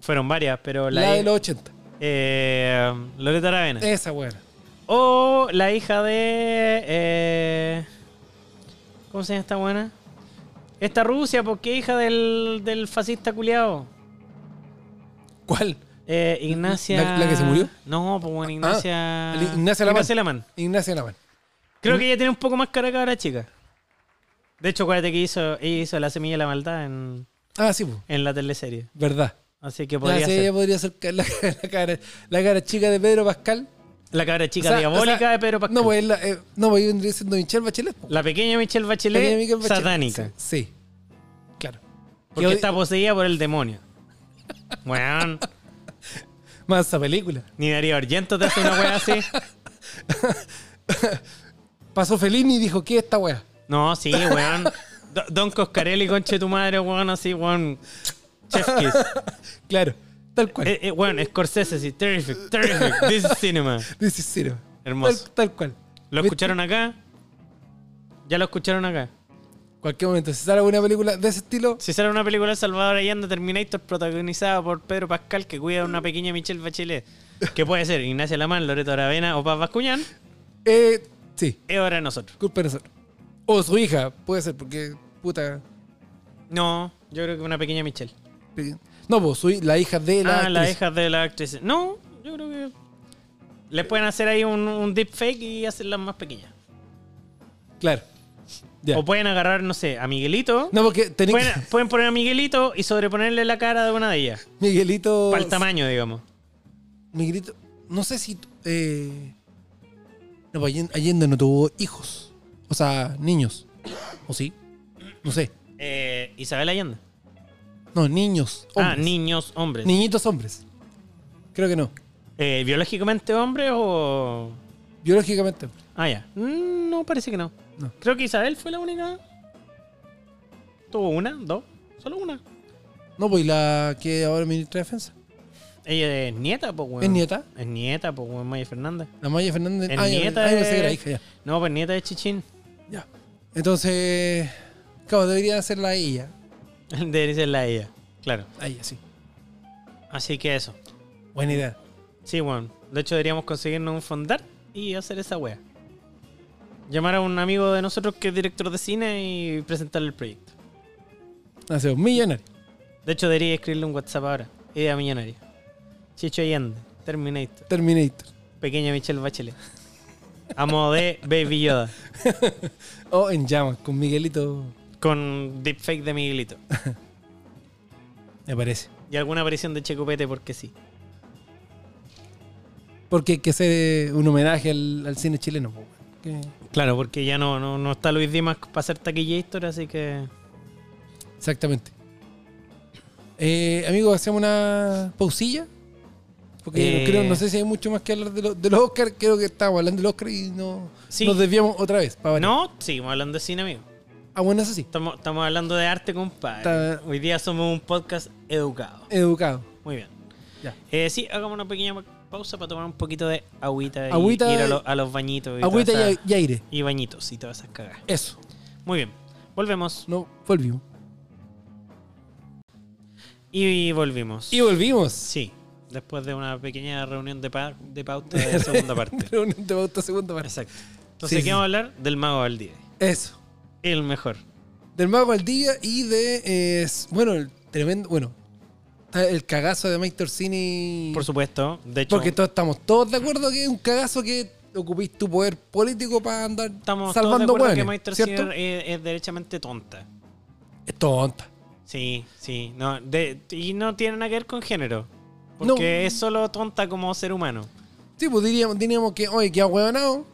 Fueron varias, pero
La,
la,
de los 80.
eh, Loreta Aravena.
Esa buena.
O la hija de. eh, ¿Cómo se llama esta buena? Esta Rusia, porque hija del, del fascista culiao.
¿Cuál?
Eh, Ignacia.
¿La- la que se murió?
No, pues bueno, Ignacia.
Ah, la Ignacia Lamán. Mm.
Lamán.
Ignacia Lamán.
Creo que ella tiene un poco más cara que ahora, chica. De hecho, acuérdate que hizo, ella hizo La Semilla de la Maldad en,
Ah, sí, po.
en la teleserie.
verdad.
Así que
Ya,
podría
sí,
ser.
ella podría ser ca- la, la cara, la cara chica de Pedro Pascal.
La cabra chica
O sea,
diabólica
o sea,
de Pedro Pascal.
No, pues es la- eh, no, pues vendría siendo Michelle Bachelet. po.
la pequeña Michelle
La
Bachelet,
niña Michelle Bachelet.
satánica.
Sí, sí. claro.
Porque
Yo-
está poseída por el demonio. Weón,
Más esa película.
ni Darío Argento te hace una wea así.
Pasó Fellini y dijo, ¿qué es esta wea?
No, sí, weón. Do- Don Coscarelli, conche tu madre, weón, así, weón. Chef kiss.
Claro, tal cual.
Eh, eh, weón, Scorsese, sí. Terrific, terrific. This is cinema.
This is zero.
Hermoso.
Tal, tal cual.
¿Lo
¿Viste?
escucharon acá? Ya lo escucharon acá.
Cualquier momento, si sale una película de ese estilo,
Si sale una película de Salvador Allende Terminator protagonizada por Pedro Pascal que cuida a una pequeña Michelle Bachelet, que puede ser Ignacia Lamán, Loreto Aravena o Paz Bascuñán,
eh, sí,
es hora de nosotros.
culpa de nosotros. O su hija, puede ser, porque puta.
No, yo creo que una pequeña Michelle.
No, pues su hi- la hija de la.
ah, las
actriz.
hijas de la actriz. No, yo creo que les pueden hacer ahí un, un deepfake y hacerlas más pequeñas.
Claro. Ya.
O pueden agarrar, no sé, a Miguelito.
No, porque tenía
Pueden, pueden poner a Miguelito y sobreponerle la cara de una de ellas.
Miguelito.
Para el tamaño, digamos.
Miguelito. No sé si. eh, No, pues Allende, Allende no tuvo hijos. O sea, niños. ¿O sí? No sé.
Eh, Isabel Allende.
No, niños.
Ah,
hombres.
niños, hombres.
Niñitos hombres. Creo que no.
Eh, ¿Biológicamente hombre o.?
Biológicamente.
Ah, ya. Mm, No, parece que no.
No.
Creo que Isabel fue la única. Tuvo una, dos, solo una.
No, pues y la que ahora es ministra de Defensa.
Ella es nieta, pues, weón.
¿Es nieta?
Es nieta, pues, weón, Maya Fernández.
La Maya Fernández.
Es
Ah, ya,
nieta
ah, yo pensé que
de-
era hija, ya.
No, pues nieta de Chichín.
Ya. Entonces. Claro, debería hacerla ella.
Debería ser la ella. Claro.
A ella, sí.
Así que eso.
Buena idea.
Sí, weón. De hecho, deberíamos conseguirnos un fondar y hacer esa wea. Llamar a un amigo de nosotros que es director de cine y presentarle el proyecto.
Nació millonario.
De hecho, debería escribirle un WhatsApp ahora. Idea millonaria. Chicho Allende, Terminator.
Terminator.
Pequeña Michelle Bachelet. Amo de Baby Yoda.
O en llamas, con Miguelito.
Con deepfake de Miguelito.
Me parece.
Y alguna aparición de Checopete porque sí.
Porque hay que hacer eh, un homenaje al, al cine chileno. po, weón. Que-
Claro, porque ya no, no, no está Luis Dimas para ser taquillator, así que.
Exactamente. Eh, amigos, hacemos una pausilla. Porque
Eh.
no, creo, no sé si hay mucho más que hablar de, lo- de los Oscar. Creo que estábamos hablando de los Oscar y no,
Sí.
nos desviamos otra vez. pa' variar.
No, seguimos hablando de cine, amigo.
Ah, bueno, eso sí.
Estamos, estamos hablando de arte, compadre.
Está-
Hoy día somos un podcast educado.
Educado.
Muy bien.
Ya.
Eh, sí, hagamos una pequeña pa- pausa para tomar un poquito de agüita y
Agüita
ir a,
y-
lo- a los bañitos. Y
Agüita
todas
y,
esas-
y aire.
y bañitos y todas esas cagas.
Eso.
Muy bien. Volvemos.
No, volvimos.
Y volvimos.
Y volvimos.
Sí, después de una pequeña reunión de, pa- de pauta de segunda parte.
Reunión de pauta, segunda parte.
Exacto.
Sí,
Entonces,
sí.
¿qué vamos a hablar? Del mago Valdivia.
Eso.
El mejor.
Del Mago al Día y de. eh, s- bueno, el tremendo. Bueno, está el cagazo de Mike Torsini.
Por supuesto. De hecho,
Porque todos estamos todos de acuerdo que es un cagazo que ocupís tu poder político para andar
estamos todos de
salvando
acuerdo
hueones.
que Maestro
¿cierto?
Singer es, es derechamente tonta.
Es tonta.
Sí, sí. No, de- y no tiene nada que ver con género. Porque es solo tonta como ser humano.
Sí, pues diríamos, diríamos que, oye, que ahueonado.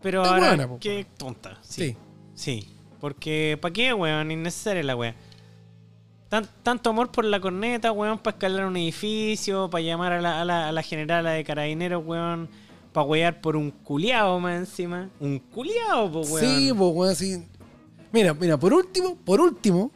Pero
Está
ahora,
buena, po.
qué tonta. Sí.
Sí.
Sí. Porque, ¿para qué, weón? Innecesaria la weá. Tan- tanto amor por la corneta, weón, para escalar un edificio, para llamar a la, a la, a la generala de carabineros, weón, para wear por un culiao más encima. Un culiao, po, weón.
Sí, pues, weón, sí. Mira, mira, por último, por último,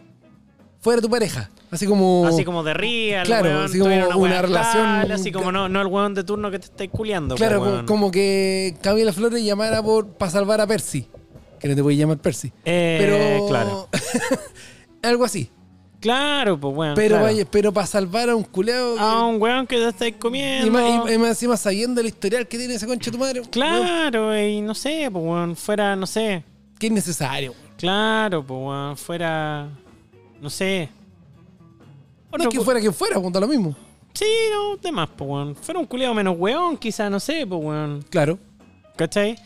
fuera tu pareja. Así como.
Así como de ría,
Claro,
weón,
así como
tuvieron una,
una
weá
relación-
tal, así como no, no el weón de turno que te estáis culiando, po,
Claro, co-
weón.
como, que Camila Flores llamara por para salvar a Percy. Que no te voy a llamar Percy.
Eh,
Pero.
claro.
algo así.
Claro, pues weón.
Pero
claro. Ah,
vaya, pero para salvar a un culeado.
A un weón que te estáis
y,
comiendo.
más, y- y más encima sabiendo el historial que tiene esa concha de tu madre. weón,
Claro, y no sé, pues weón, fuera, no sé.
que es necesario. weón.
Claro, pues weón, fuera. No sé.
No es
Otro
que
cu-
fuera que fuera, apunta lo mismo.
Sí, no, demás, pues weón. Fuera un culiado menos weón, quizá, no sé, pues weón.
Claro.
¿Cachai?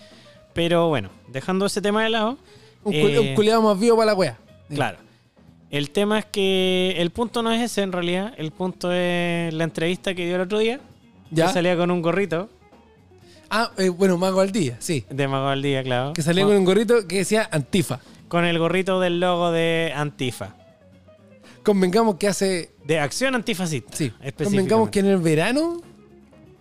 Pero bueno, dejando ese tema de lado.
Un,
eh,
cul- un culeado más vivo para la Eh. wea.
Claro. El tema es que el punto no es ese en realidad. El punto es la entrevista que dio el otro día.
¿Ya?
Que salía con un gorrito
Ah, eh, bueno, Mago al día, sí.
de Mago al Día, claro.
Que salía con un gorrito que decía Antifa.
Con el gorrito del logo de Antifa.
Convengamos que hace.
De Acción Antifascista.
Sí.
específicamente.
Convengamos que en el verano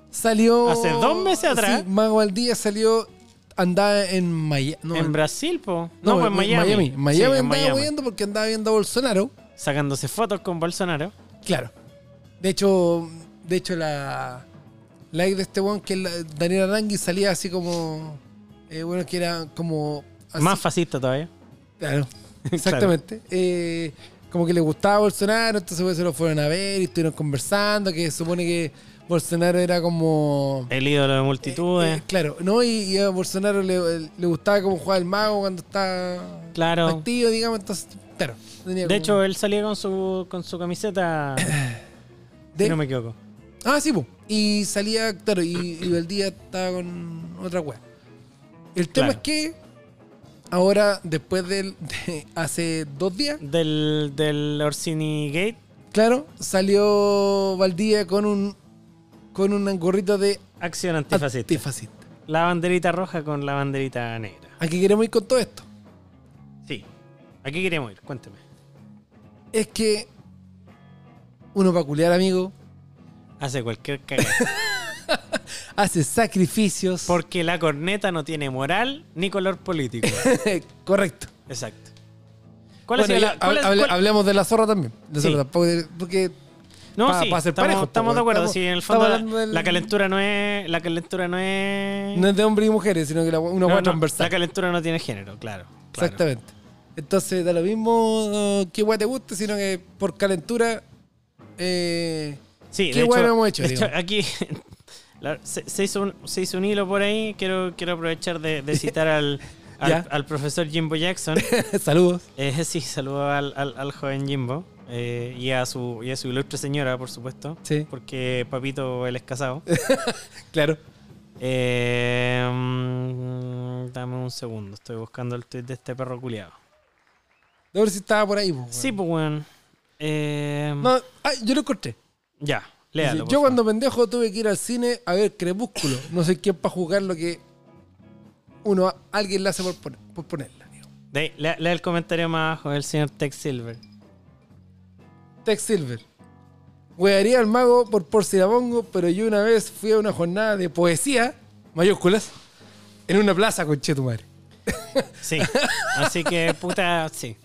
salió.
Hace dos meses atrás.
Sí, Mago al día salió. Andaba en Miami. No,
en Brasil, po. No, pues en Miami.
Miami. En Miami
Sí, en
andaba
Miami.
viendo porque andaba viendo a Bolsonaro.
Sacándose fotos con Bolsonaro.
Claro. De hecho, de hecho la la ex de este weón que es la- Daniel Arangui salía así como eh, bueno que era como así-
Más fascista todavía.
claro, exactamente. Eh, como que le gustaba Bolsonaro, entonces pues, se lo fueron a ver y estuvieron conversando, que supone que Bolsonaro era como
El ídolo de multitudes.
eh, claro, ¿no? Y, y a Bolsonaro le, le gustaba como jugar al mago cuando está
Claro.
activo, digamos, entonces, claro. tenía
de
como-
hecho, él salía con su, con su camiseta,
de-
si no me equivoco.
Ah, sí, po. Y salía, claro, y, y el día estaba con otra wea. El tema
Claro.
es que ahora, después del, de hace dos días,
Del, del Orsini Gate.
claro, salió Valdía con un con un gorrito de
Acción antifascista.
antifascista.
La banderita roja con la banderita negra.
¿A qué queremos ir con todo esto?
Sí. ¿A qué queremos ir? Cuénteme.
Es que uno para culiar, amigo,
Hace cualquier cagada.
hace sacrificios.
Porque la corneta no tiene moral ni color político.
Correcto.
Exacto. ¿Cuál ha sido
Bueno, ya
la- cuál es-
hable-
cuál-
Hablemos de la zorra también. La
Sí.
zorra, tampoco de- porque
No,
pa-
sí,
pa' ser
estamos,
parejos, po,
estamos de acuerdo.
estamos-
sí, en el
estamos
fondo la,
hablando del-
la calentura no es. La calentura no es.
no es de hombres y mujeres, sino que la- una
no,
wea
no,
transversal.
la calentura no tiene género, claro. claro.
Exactamente. Entonces, da lo mismo eh, qué guay te guste, sino que por calentura. eh,
Sí,
Qué
de
bueno
hecho-
hemos hecho,
de hecho,
digo.
aquí la- se, se hizo un, se hizo un hilo por ahí. Quiero, quiero aprovechar de, de citar al, al-
Ya.
al profesor Jimbo Jackson.
saludos.
Eh, sí, saludo al, al- al joven Jimbo eh, y, a su, y a su ilustre señora, por supuesto.
Sí,
Porque papito, él es casado.
claro.
Eh, mm, dame un segundo, estoy buscando el tweet de este perro culiado.
A ver si estaba por ahí. po, weón.
Sí, pues, weón. Eh,
No, ay, yo lo encontré.
Ya,
Dice,
léalo. por
yo
favor.
cuando pendejo tuve que ir al cine a ver Crepúsculo. No sé quién para jugar lo que uno a- alguien la hace por, poner- por ponerla. digo.
De ahí, lea, lea el comentario más abajo del señor Tex Silver.
Tex Silver. Huearía al mago por Porcelamongo, pero yo una vez fui a una jornada de poesía, mayúsculas, en una plaza con Che tu madre.
Sí. Así que, puta, sí.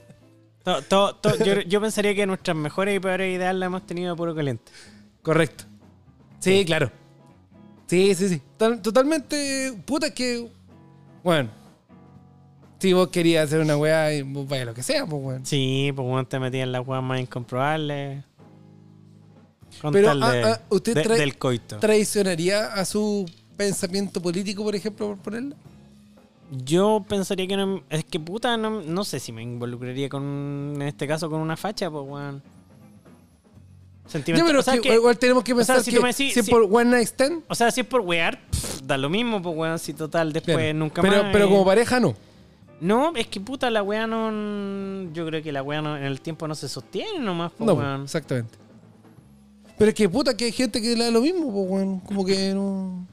To- to- to- yo, yo pensaría que nuestras mejores y peores ideas las hemos tenido de puro caliente.
Correcto. Sí, claro. Sí, sí, sí. Tal- totalmente. Puta, es que. Bueno. Si vos querías hacer una weá, y vos vaya lo que sea, pues weón.
Sí, pues weón te metían las weas más incomprobables. Con
Pero,
tal
ah,
de-
ah, usted
de-
trae-
del coito.
¿Traicionaría a su pensamiento político, por ejemplo, por ponerla?
Yo pensaría que no. Es que puta, no, no sé si me involucraría con. En este caso, con una facha, pues, weón.
Ya,
Sentimental.
pero
o, sea,
que
que-
igual tenemos que
o sea,
pensar
si
que
tú me decís-
si
si-
por One Night Stand.
o sea, si es por wear, pff, da lo mismo, pues, weón. Si total, después
claro.
nunca
pero,
más. pues,
pero
y-
como pareja, no.
No, es que puta, la weá no. Yo creo que la weá no- en el tiempo no se sostiene nomás, po,
No, pues,
weón.
exactamente. Pero es que puta que hay gente que le da lo mismo, pues, weón. Como que no.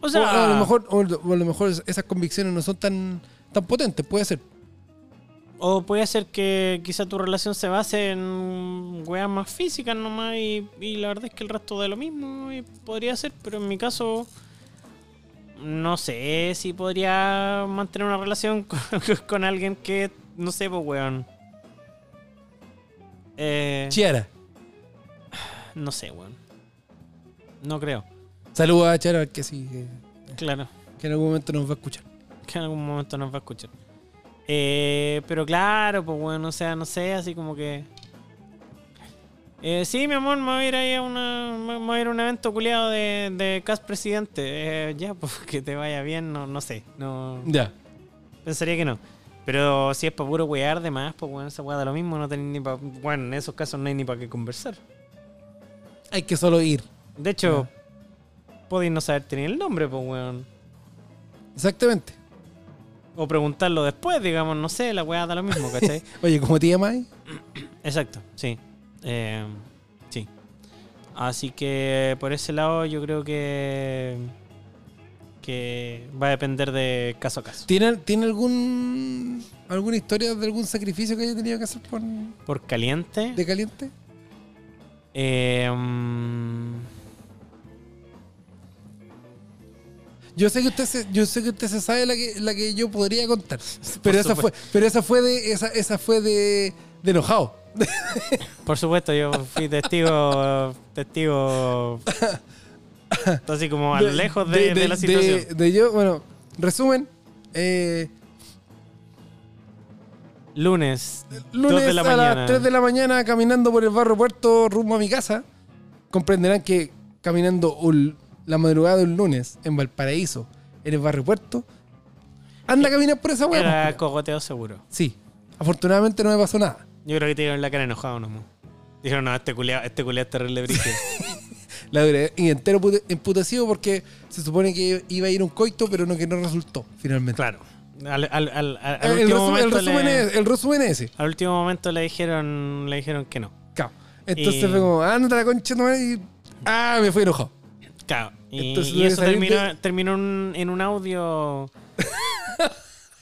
O
O a
sea,
lo mejor, o a lo mejor esas convicciones no son tan, tan potentes, puede ser.
o puede ser que quizá tu relación se base en weas más físicas nomás y, y la verdad es que el resto da lo mismo y podría ser, pero en mi caso no sé si podría mantener una relación con, con alguien que no sé, pues weón. Eh,
Chiara.
no sé, weón. No creo.
Saludos a Chiara que sí, que,
Claro.
que en algún momento nos va a escuchar.
que en algún momento nos va a escuchar. Eh, pero claro, pues bueno, o sea, no sé, así como que. Eh, sí, mi amor, me voy a ir ahí a, una, me voy a ir a un evento culiado de, de CAS presidente. Eh, ya, pues que te vaya bien, no, no sé. No,
Ya.
pensaría que no. Pero si es para puro wear de más, pues bueno, esa weá da lo mismo, no tenés ni para. Bueno, en esos casos no hay ni para qué conversar.
Hay que solo ir.
De hecho, podéis no saber tener el nombre, pues weón.
Exactamente.
O preguntarlo después, digamos, no sé, la weá da lo mismo, ¿cachai?
Oye, ¿cómo te llamas? eh?
Exacto, sí. Eh, sí. Así que por ese lado yo creo que que va a depender de caso a caso.
¿Tiene, ¿Tiene algún alguna historia de algún sacrificio que haya tenido que hacer por,
Por caliente.
de caliente?
eh, mm,
Yo sé que usted se, yo sé que usted se sabe la que, la que yo podría contar. Pero esa fue, pero esa fue de, esa, esa fue de, de enojado.
por supuesto, yo fui testigo, testigo, así como a lo lejos de, de la situación.
de yo, bueno, resumen, eh,
Lunes,
lunes
2 de la
a
mañana.
las 3 de la mañana caminando por el barrio puerto rumbo a mi casa. Comprenderán que caminando un- la madrugada de un lunes en Valparaíso, en el barrio puerto, anda a caminar por esa hueá.
Era cogoteo seguro.
Sí, afortunadamente no me pasó nada.
Yo creo que te dieron la cara enojado nomás. Dijeron, no, este culeado este culiao es terrible brígido.
La duré y entero pute- emputecido porque se supone que iba a ir un coito, pero no que no resultó finalmente.
Claro. Al, al- al- al- al
El,
último
resumen, el
momento
resumen
le,
es, el resumen es ese.
al último momento le dijeron, le dijeron que no.
Claro. Entonces
Y-
fue como, anda la concha de tu madre", y. Ah, me fui enojado.
Claro. Y,
Entonces
y
debe
eso
salir
terminó,
de-
terminó en- en un audio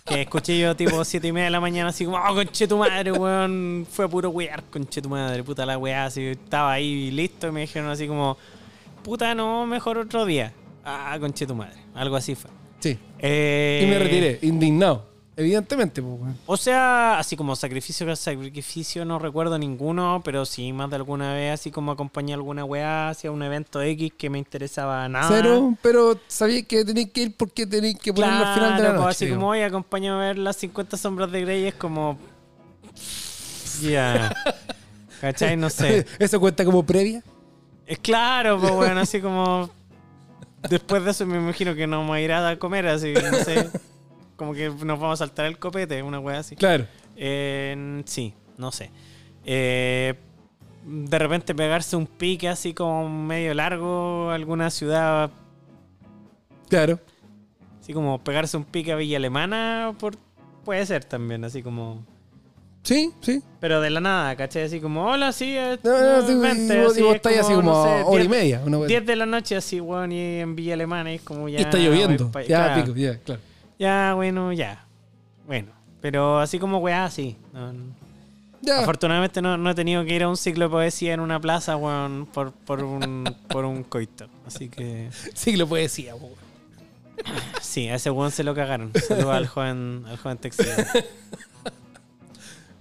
que escuché yo tipo siete y media de la mañana así como, oh, conche tu madre, weón. Fue puro wear, conche tu madre, puta la weá, así estaba ahí listo y me dijeron así como, puta no, mejor otro día. Ah, conche tu madre. Algo así fue.
Sí.
Eh,
Y me retiré, indignado. Evidentemente, pues, weón.
O sea, así como sacrificio, sacrificio no recuerdo ninguno, pero sí, más de alguna vez, así como acompañé a alguna weá hacia un evento X que me interesaba nada.
Cero, pero sabía que tenéis que ir porque tenéis que ponerlo
claro,
al final de la
pues,
noche.
así como
digamos.
hoy acompaño a ver las 50 sombras de Grey, es como. Ya. ¿Cachai? No sé.
¿Eso cuenta como previa?
Es claro, pues bueno, así como. Después de eso me imagino que nos vamos a ir a comer, así, no sé. Como que nos vamos a saltar el copete, una weá así.
Claro.
Eh, sí, no sé. Eh, de repente pegarse un pique así como medio largo, alguna ciudad,
Claro.
así como pegarse un pique a Villa Alemana, por, puede ser también, así como...
Sí, sí.
Pero de la nada, ¿cachai? Así como, hola, sí, eh,
No, no, sí,
vente",
y vos,
así,
y vos
es
estáis así como
no sé,
a hora y
10
media. Una weá así.
10 de la noche así, weón, y en Villa Alemana y es como ya...
y está lloviendo.
voy pa-
ya,
pues, claro,
pico, ya, claro.
Ya, bueno, ya. Bueno, pero así como weá, sí. no, no.
Ya.
Afortunadamente no, no he tenido que ir a un ciclo de poesía en una plaza, weón, por, por, un, por un coito. Así que
Sí, lo puede decir, weón.
sí, a ese weón se lo cagaron. Saludos al joven, al joven textilero.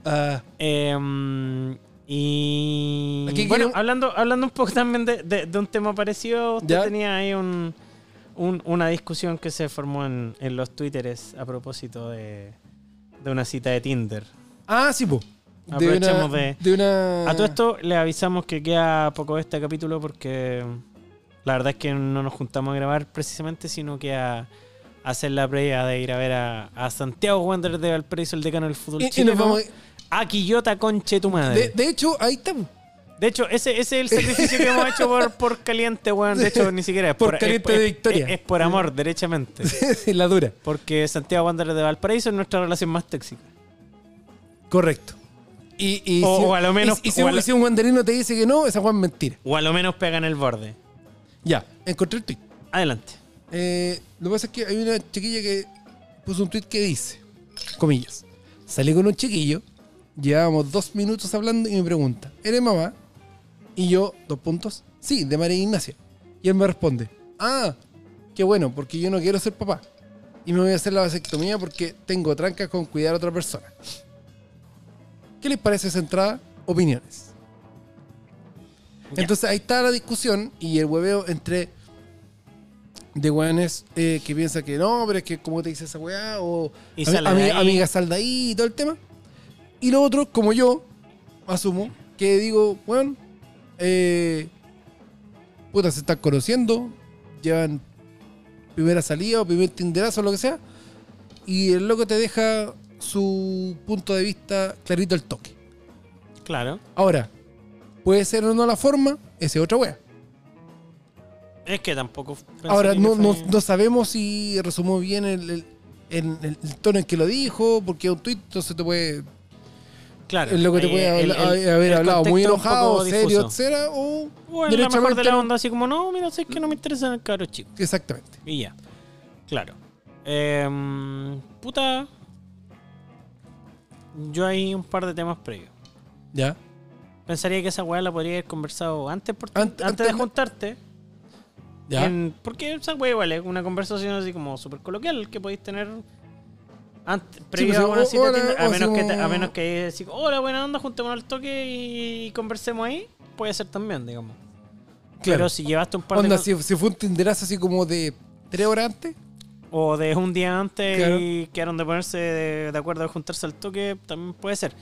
Ah,
Em, y
Aquí
bueno,
quiero-
hablando, hablando un poco también de, de- de un tema parecido, usted
Ya.
tenía ahí un, un- una discusión que se formó en, en los twitteres a propósito de, de una cita de Tinder.
Ah, sí, pues.
Aprovechemos de-
una...
A todo esto le avisamos que queda poco este capítulo porque la verdad es que no nos juntamos a grabar precisamente, sino que a a hacer la previa de ir a ver a, a Santiago Wanderers de Valparaíso, el decano del fútbol
Y- y nos
chileno,
vamos-
a Quillota Conche tu madre.
De, de hecho, ahí estamos.
De hecho, ese, ese es el sacrificio que hemos hecho por, por caliente, weón. De hecho, ni siquiera es
Por
es-
caliente
es-
de victoria.
Es, es por amor, derechamente.
Sí, la dura.
Porque Santiago Wanderers de Valparaíso es nuestra relación más tóxica.
Correcto. Y, y
O- o a lo menos-
Y, y si,
o a
un-
lo-
y si un guanderino te dice que no, esa Juan es mentira.
O a lo menos pega en el borde.
Ya, encontré el tweet.
Adelante.
Eh, lo que pasa es que hay una chiquilla que puso un tweet que dice, comillas, salí con un chiquillo, llevábamos dos minutos hablando y me pregunta, ¿eres mamá? Y yo, dos puntos, sí, de María Ignacia. Y él me responde, ah, qué bueno, porque yo no quiero ser papá. Y me voy a hacer la vasectomía porque tengo trancas con cuidar a otra persona. ¿Qué les parece esa entrada? Opiniones.
Ya.
Entonces ahí está la discusión y el hueveo entre de weones eh, que piensa que no, pero es que como te dice esa weá, o
Y
ami-
sale de
ami-
ahí.
amiga sal de ahí y todo el tema. Y lo otro, como yo, asumo, que digo, weón, eh, puta, se están conociendo, llevan primera salida o primer tinderazo o lo que sea, y el loco te deja su punto de vista clarito al toque.
Claro.
Ahora, puede ser o no la forma, ese es otra wea.
Es que tampoco. pensé
Ahora,
que
no,
fue-
no, no sabemos si resumió bien el, el- en el- el tono en que lo dijo, porque es un tuit, entonces te puede,
Claro.
es lo que te
ahí
puede
el-
habla-
el-
haber
el
hablado muy
contexto es un
enojado,
poco
serio,
difuso.
etcétera, o
O en la mejor de
derechamente
la
no.
onda, así como, no, mira, sé que no me interesan el caro chico.
Exactamente.
Y ya. Claro. Em, puta. Yo hay un par de temas previos.
Ya.
Pensaría que esa weá la podría haber conversado antes, por-
Ant-
antes,
antes
de
de-
juntarte.
Ya.
En- porque esa weá igual es una conversación así como súper coloquial que podéis tener antes, previo
pues,
a una
o-
cita de
hola,
Tinder, a,
o
menos
así
que te- a
como-
menos que así, hola, buena onda, juntémonos al toque y, conversemos ahí. Puede ser también, digamos. Pero
claro.
si llevaste un par de
Onda,
cos-
si, si fue un tinderazo así como de tres horas antes,
o de un día antes
Claro.
y quedaron de ponerse de, de acuerdo de juntarse al toque, también puede ser.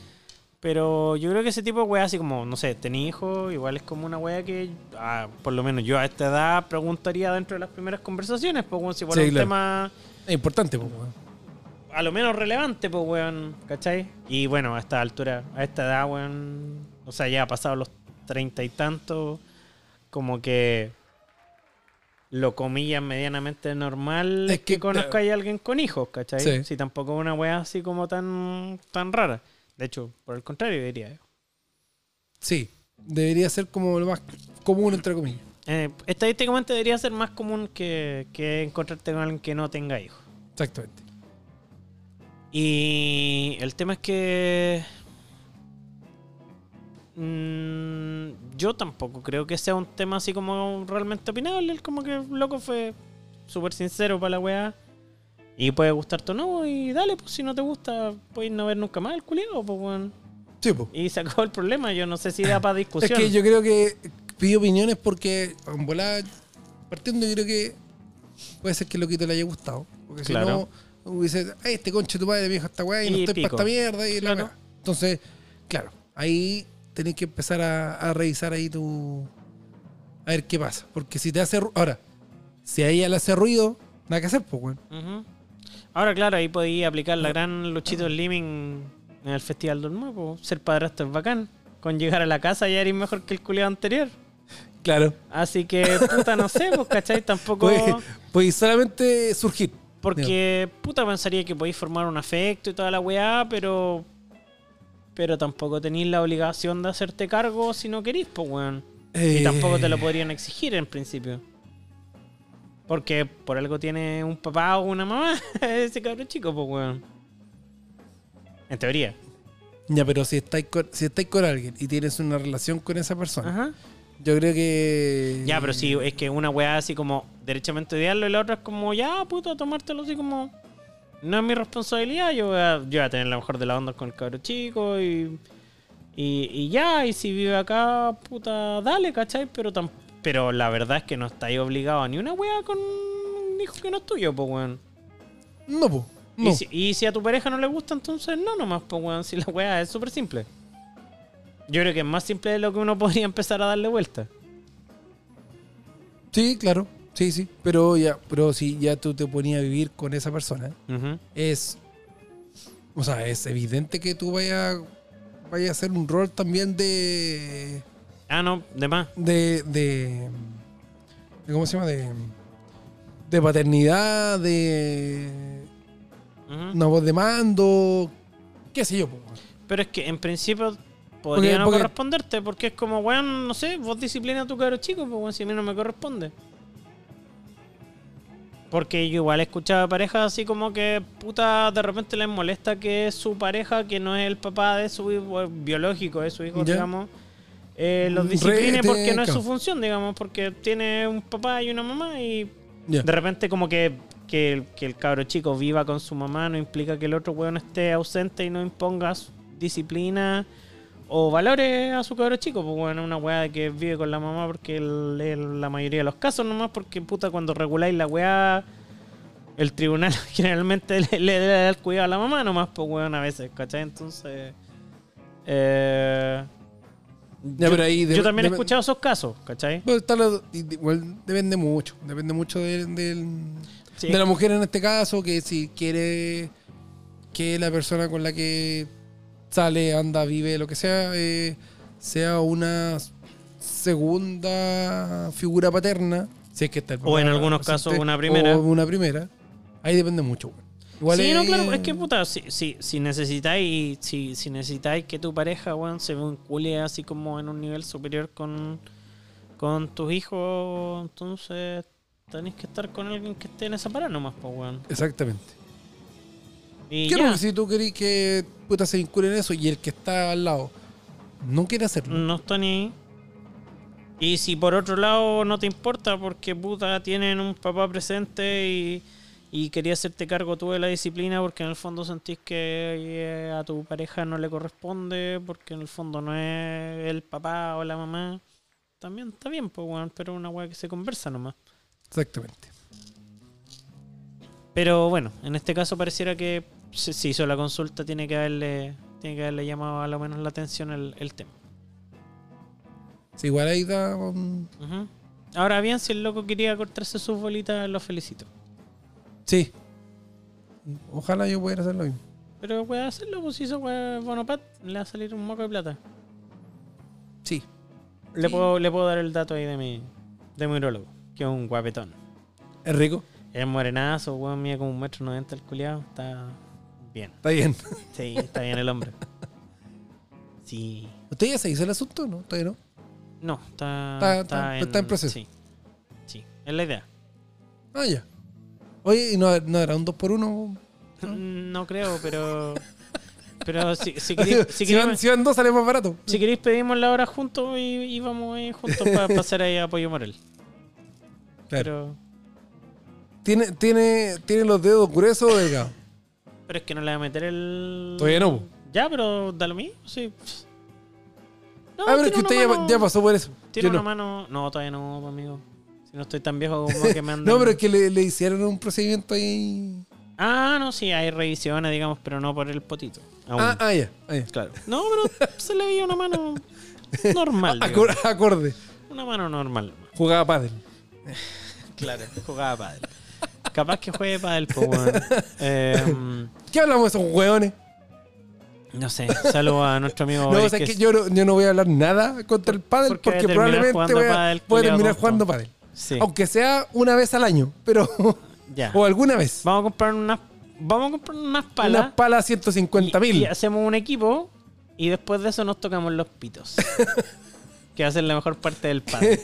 Pero yo creo que ese tipo de weas, así como, no sé, tenés hijos, igual es como una wea que, ah, por lo menos yo a esta edad preguntaría dentro de las primeras conversaciones, pues, weón, si fuera
Sí,
un
claro.
tema
es importante, pues, weón.
a lo menos relevante, pues, weón, ¿cachai? Y bueno, a esta altura, a esta edad, weón, o sea, ya pasados los treinta y tantos, como que lo comillas medianamente normal
Es
es que,
que, eh,
conozca a alguien con hijos, ¿cachai?
Sí.
Si tampoco es una weá así como tan, tan rara. De hecho, por el contrario, diría. ¿eh?
Sí. Debería ser como lo más común, entre comillas.
Eh, estadísticamente debería ser más común que, que encontrarte con alguien que no tenga hijos.
Exactamente.
Y el tema es que. mm, yo tampoco creo que sea un tema así como realmente opinable. Él Como que loco fue súper sincero para la weá. Y puede gustarte o no, y dale, pues si no te gusta, puedes no ver nunca más el culiao, pues weón.
Sí, pues.
Y se acabó el problema, yo no sé si da para
Es
discusión.
que yo creo que pidió opiniones porque, en volada, partiendo, yo creo que puede ser que el loquito le haya gustado. Porque
Claro.
si no, hubiese, ay, este conche tu madre, viejo, esta weá, y, no
Y
estoy
pico.
para esta mierda. Y la
Claro.
weá. Entonces, claro, ahí tenés que empezar a, a revisar ahí tu. A ver qué pasa. Porque si te hace. ru- Ahora, si a ella le hace ruido, nada que hacer, pues, weón.
Ujú. Ahora, claro, ahí podía aplicar la gran Luchito Slimming en el Festival del Nuevo. Ser padrastro es bacán. Con llegar a la casa ya eres mejor que el culiado anterior.
Claro.
Así que, puta, no sé, pues, ¿cachai? Tampoco.
Pues, pues solamente surgir.
Porque, puta, pensaría que podéis formar un afecto y toda la weá, pero. Pero tampoco tenéis la obligación de hacerte cargo si no querís, pues, weón. Y
Eh,
tampoco te lo podrían exigir en principio. Porque por algo tiene un papá o una mamá ese cabrón chico, pues weón. En teoría.
Ya, pero si estáis con, si estáis con alguien y tienes una relación con esa persona.
Ajá.
Yo creo que.
Ya, pero si es que una weá así como derechamente odiarlo y la otra es como, ya, puto, tomártelo así como. No es mi responsabilidad, yo voy a, yo voy a tener la mejor de la onda con el cabrón chico y. Y, y ya, y si vive acá, puta, dale, ¿cachai? Pero tam- pero la verdad es que no estáis obligado a ni una weá con un hijo que no es tuyo, pues weón.
No, po. No.
Y, si, y si a tu pareja no le gusta, entonces no nomás, pues, weón. Si la weá es súper simple. Yo creo que es más simple de lo que uno podría empezar a darle vuelta.
Sí, claro. Sí, sí. Pero ya, pero si ya tú te ponías a vivir con esa persona, es. O sea, es evidente que tú vayas vaya a hacer un rol también de.
Ah, no, de más.
de, de, de- ¿Cómo se llama? De, de paternidad, de.
Ujú.
Una voz de mando. ¿Qué sé yo? po, weón.
Pero es que en principio podría no
porque-
corresponderte, porque es como, weón, no sé, vos disciplina a tu cabro chico, pues weón, si a mí no me corresponde. Porque yo igual escuchaba parejas así como que puta de repente les molesta que su pareja, que no es el papá de su hijo biológico, de su hijo,
Ya. Mm,
digamos, eh, los
Re-
discipline
te-
porque no es
claro.
su función, digamos, porque tiene un papá y una mamá y
Ya.
de repente como que, que, el- que el cabro chico viva con su mamá no implica que el otro weón esté ausente y no imponga su- disciplina o valores a su cabro chico. Pues bueno, una weá de que vive con la mamá porque el- el- la mayoría de los casos nomás, porque puta cuando reguláis la weá, el tribunal generalmente le, le da el cuidado a la mamá nomás, pues weón a veces, ¿cachai? Entonces... eh,
Ya,
yo,
pero ahí de-
yo también he
de-
escuchado esos casos, ¿cachai?
Pero está lo- y- de- igual depende mucho. Depende mucho del- del,
Sí.
de la mujer en este caso, que si quiere que la persona con la que sale, anda, vive, lo que sea, eh, sea una segunda figura paterna, si es que está el
O en
papá
algunos
presente,
casos una primera.
O una primera. Ahí depende mucho. güey. Igual
sí, no,
es-
claro, es que puta, si, si, si necesitáis, si, si necesitáis que tu pareja, weón, se vincule así como en un nivel superior con, con tus hijos, entonces tenéis que estar con alguien que esté en esa parada nomás, pues weón.
Exactamente.
Y
Claro,
ya,
porque si tú querés que puta se vincule en eso y el que está al lado no quiere hacerlo.
no está ni ahí. Y si por otro lado no te importa porque puta tienen un papá presente y, y quería hacerte cargo tú de la disciplina porque en el fondo sentís que eh, a tu pareja no le corresponde porque en el fondo no es el papá o la mamá. También está bien, pues, weón, pero es una weá que se conversa nomás.
Exactamente.
Pero bueno, en este caso pareciera que se, se hizo la consulta, tiene que haberle, tiene que haberle llamado a lo menos la atención el, el tema.
Sí, igual ahí da... um,
Ujú. Ahora bien, si el loco quería cortarse sus bolitas, lo felicito.
sí. Ojalá yo pudiera hacer lo mismo.
Pero puede hacerlo, pues si hizo weá, Bonopat, le va a salir un moco de plata.
Sí.
Le, puedo, le puedo dar el dato ahí de mi, de mi urologo, que es un guapetón.
Es rico.
Es morenazo, weón, mía como un metro noventa el culiado. Está bien.
Está bien.
Sí, está bien el hombre. Sí.
¿Usted ya se hizo el asunto? No, todavía no.
No, está.
Está- está- está en proceso.
Sí. Sí, es la idea.
Ah, ya. Oye, ¿y no, no era un 2 por 1
No creo, pero. Pero si, si queréis- si
Si,
queréis-
van- si van dos sale más barato.
Si queréis pedimos la hora juntos y, y vamos ahí juntos para pasar ahí apoyo moral.
Claro.
Pero,
¿Tiene, tiene, tiene los dedos gruesos o delgados.
pero es que no le voy a meter el.
Todavía no.
Ya, pero da lo mismo, sí. No,
ah, pero es
tiene
que usted
una
ya,
mano-
ya pasó por eso.
Tiene
Yo
una
no.
mano. No, todavía no, amigo. Si no estoy tan viejo como que me andan.
No, pero es que le, le hicieron un procedimiento ahí.
Ah, no, sí, hay revisiones, digamos, pero no por el potito. Aún.
Ah, ah, ya. ah, ya.
claro. No, pero se le veía una mano normal. digamos.
Acor- acorde.
Una mano normal.
Jugaba pádel.
Claro, jugaba padre. Capaz que juegue pádel, po, weón. Em,
¿Qué hablamos de esos hueones?
No sé, saludo a nuestro amigo
No,
Boris,
o sea, es
que
que yo no, yo no voy a hablar nada contra el pádel
Porque
porque,
voy a terminar
probablemente
jugando
voy a,
pádel,
voy a
culiao
terminar
tonto.
jugando pádel.
sí,
Aunque sea una vez al año, pero...
ya.
o alguna vez.
Vamos a comprar unas vamos a comprar unas palas
Unas palas
y,
150
y
mil.
hacemos un equipo y después de eso nos tocamos los pitos. que va a ser la mejor parte del padre.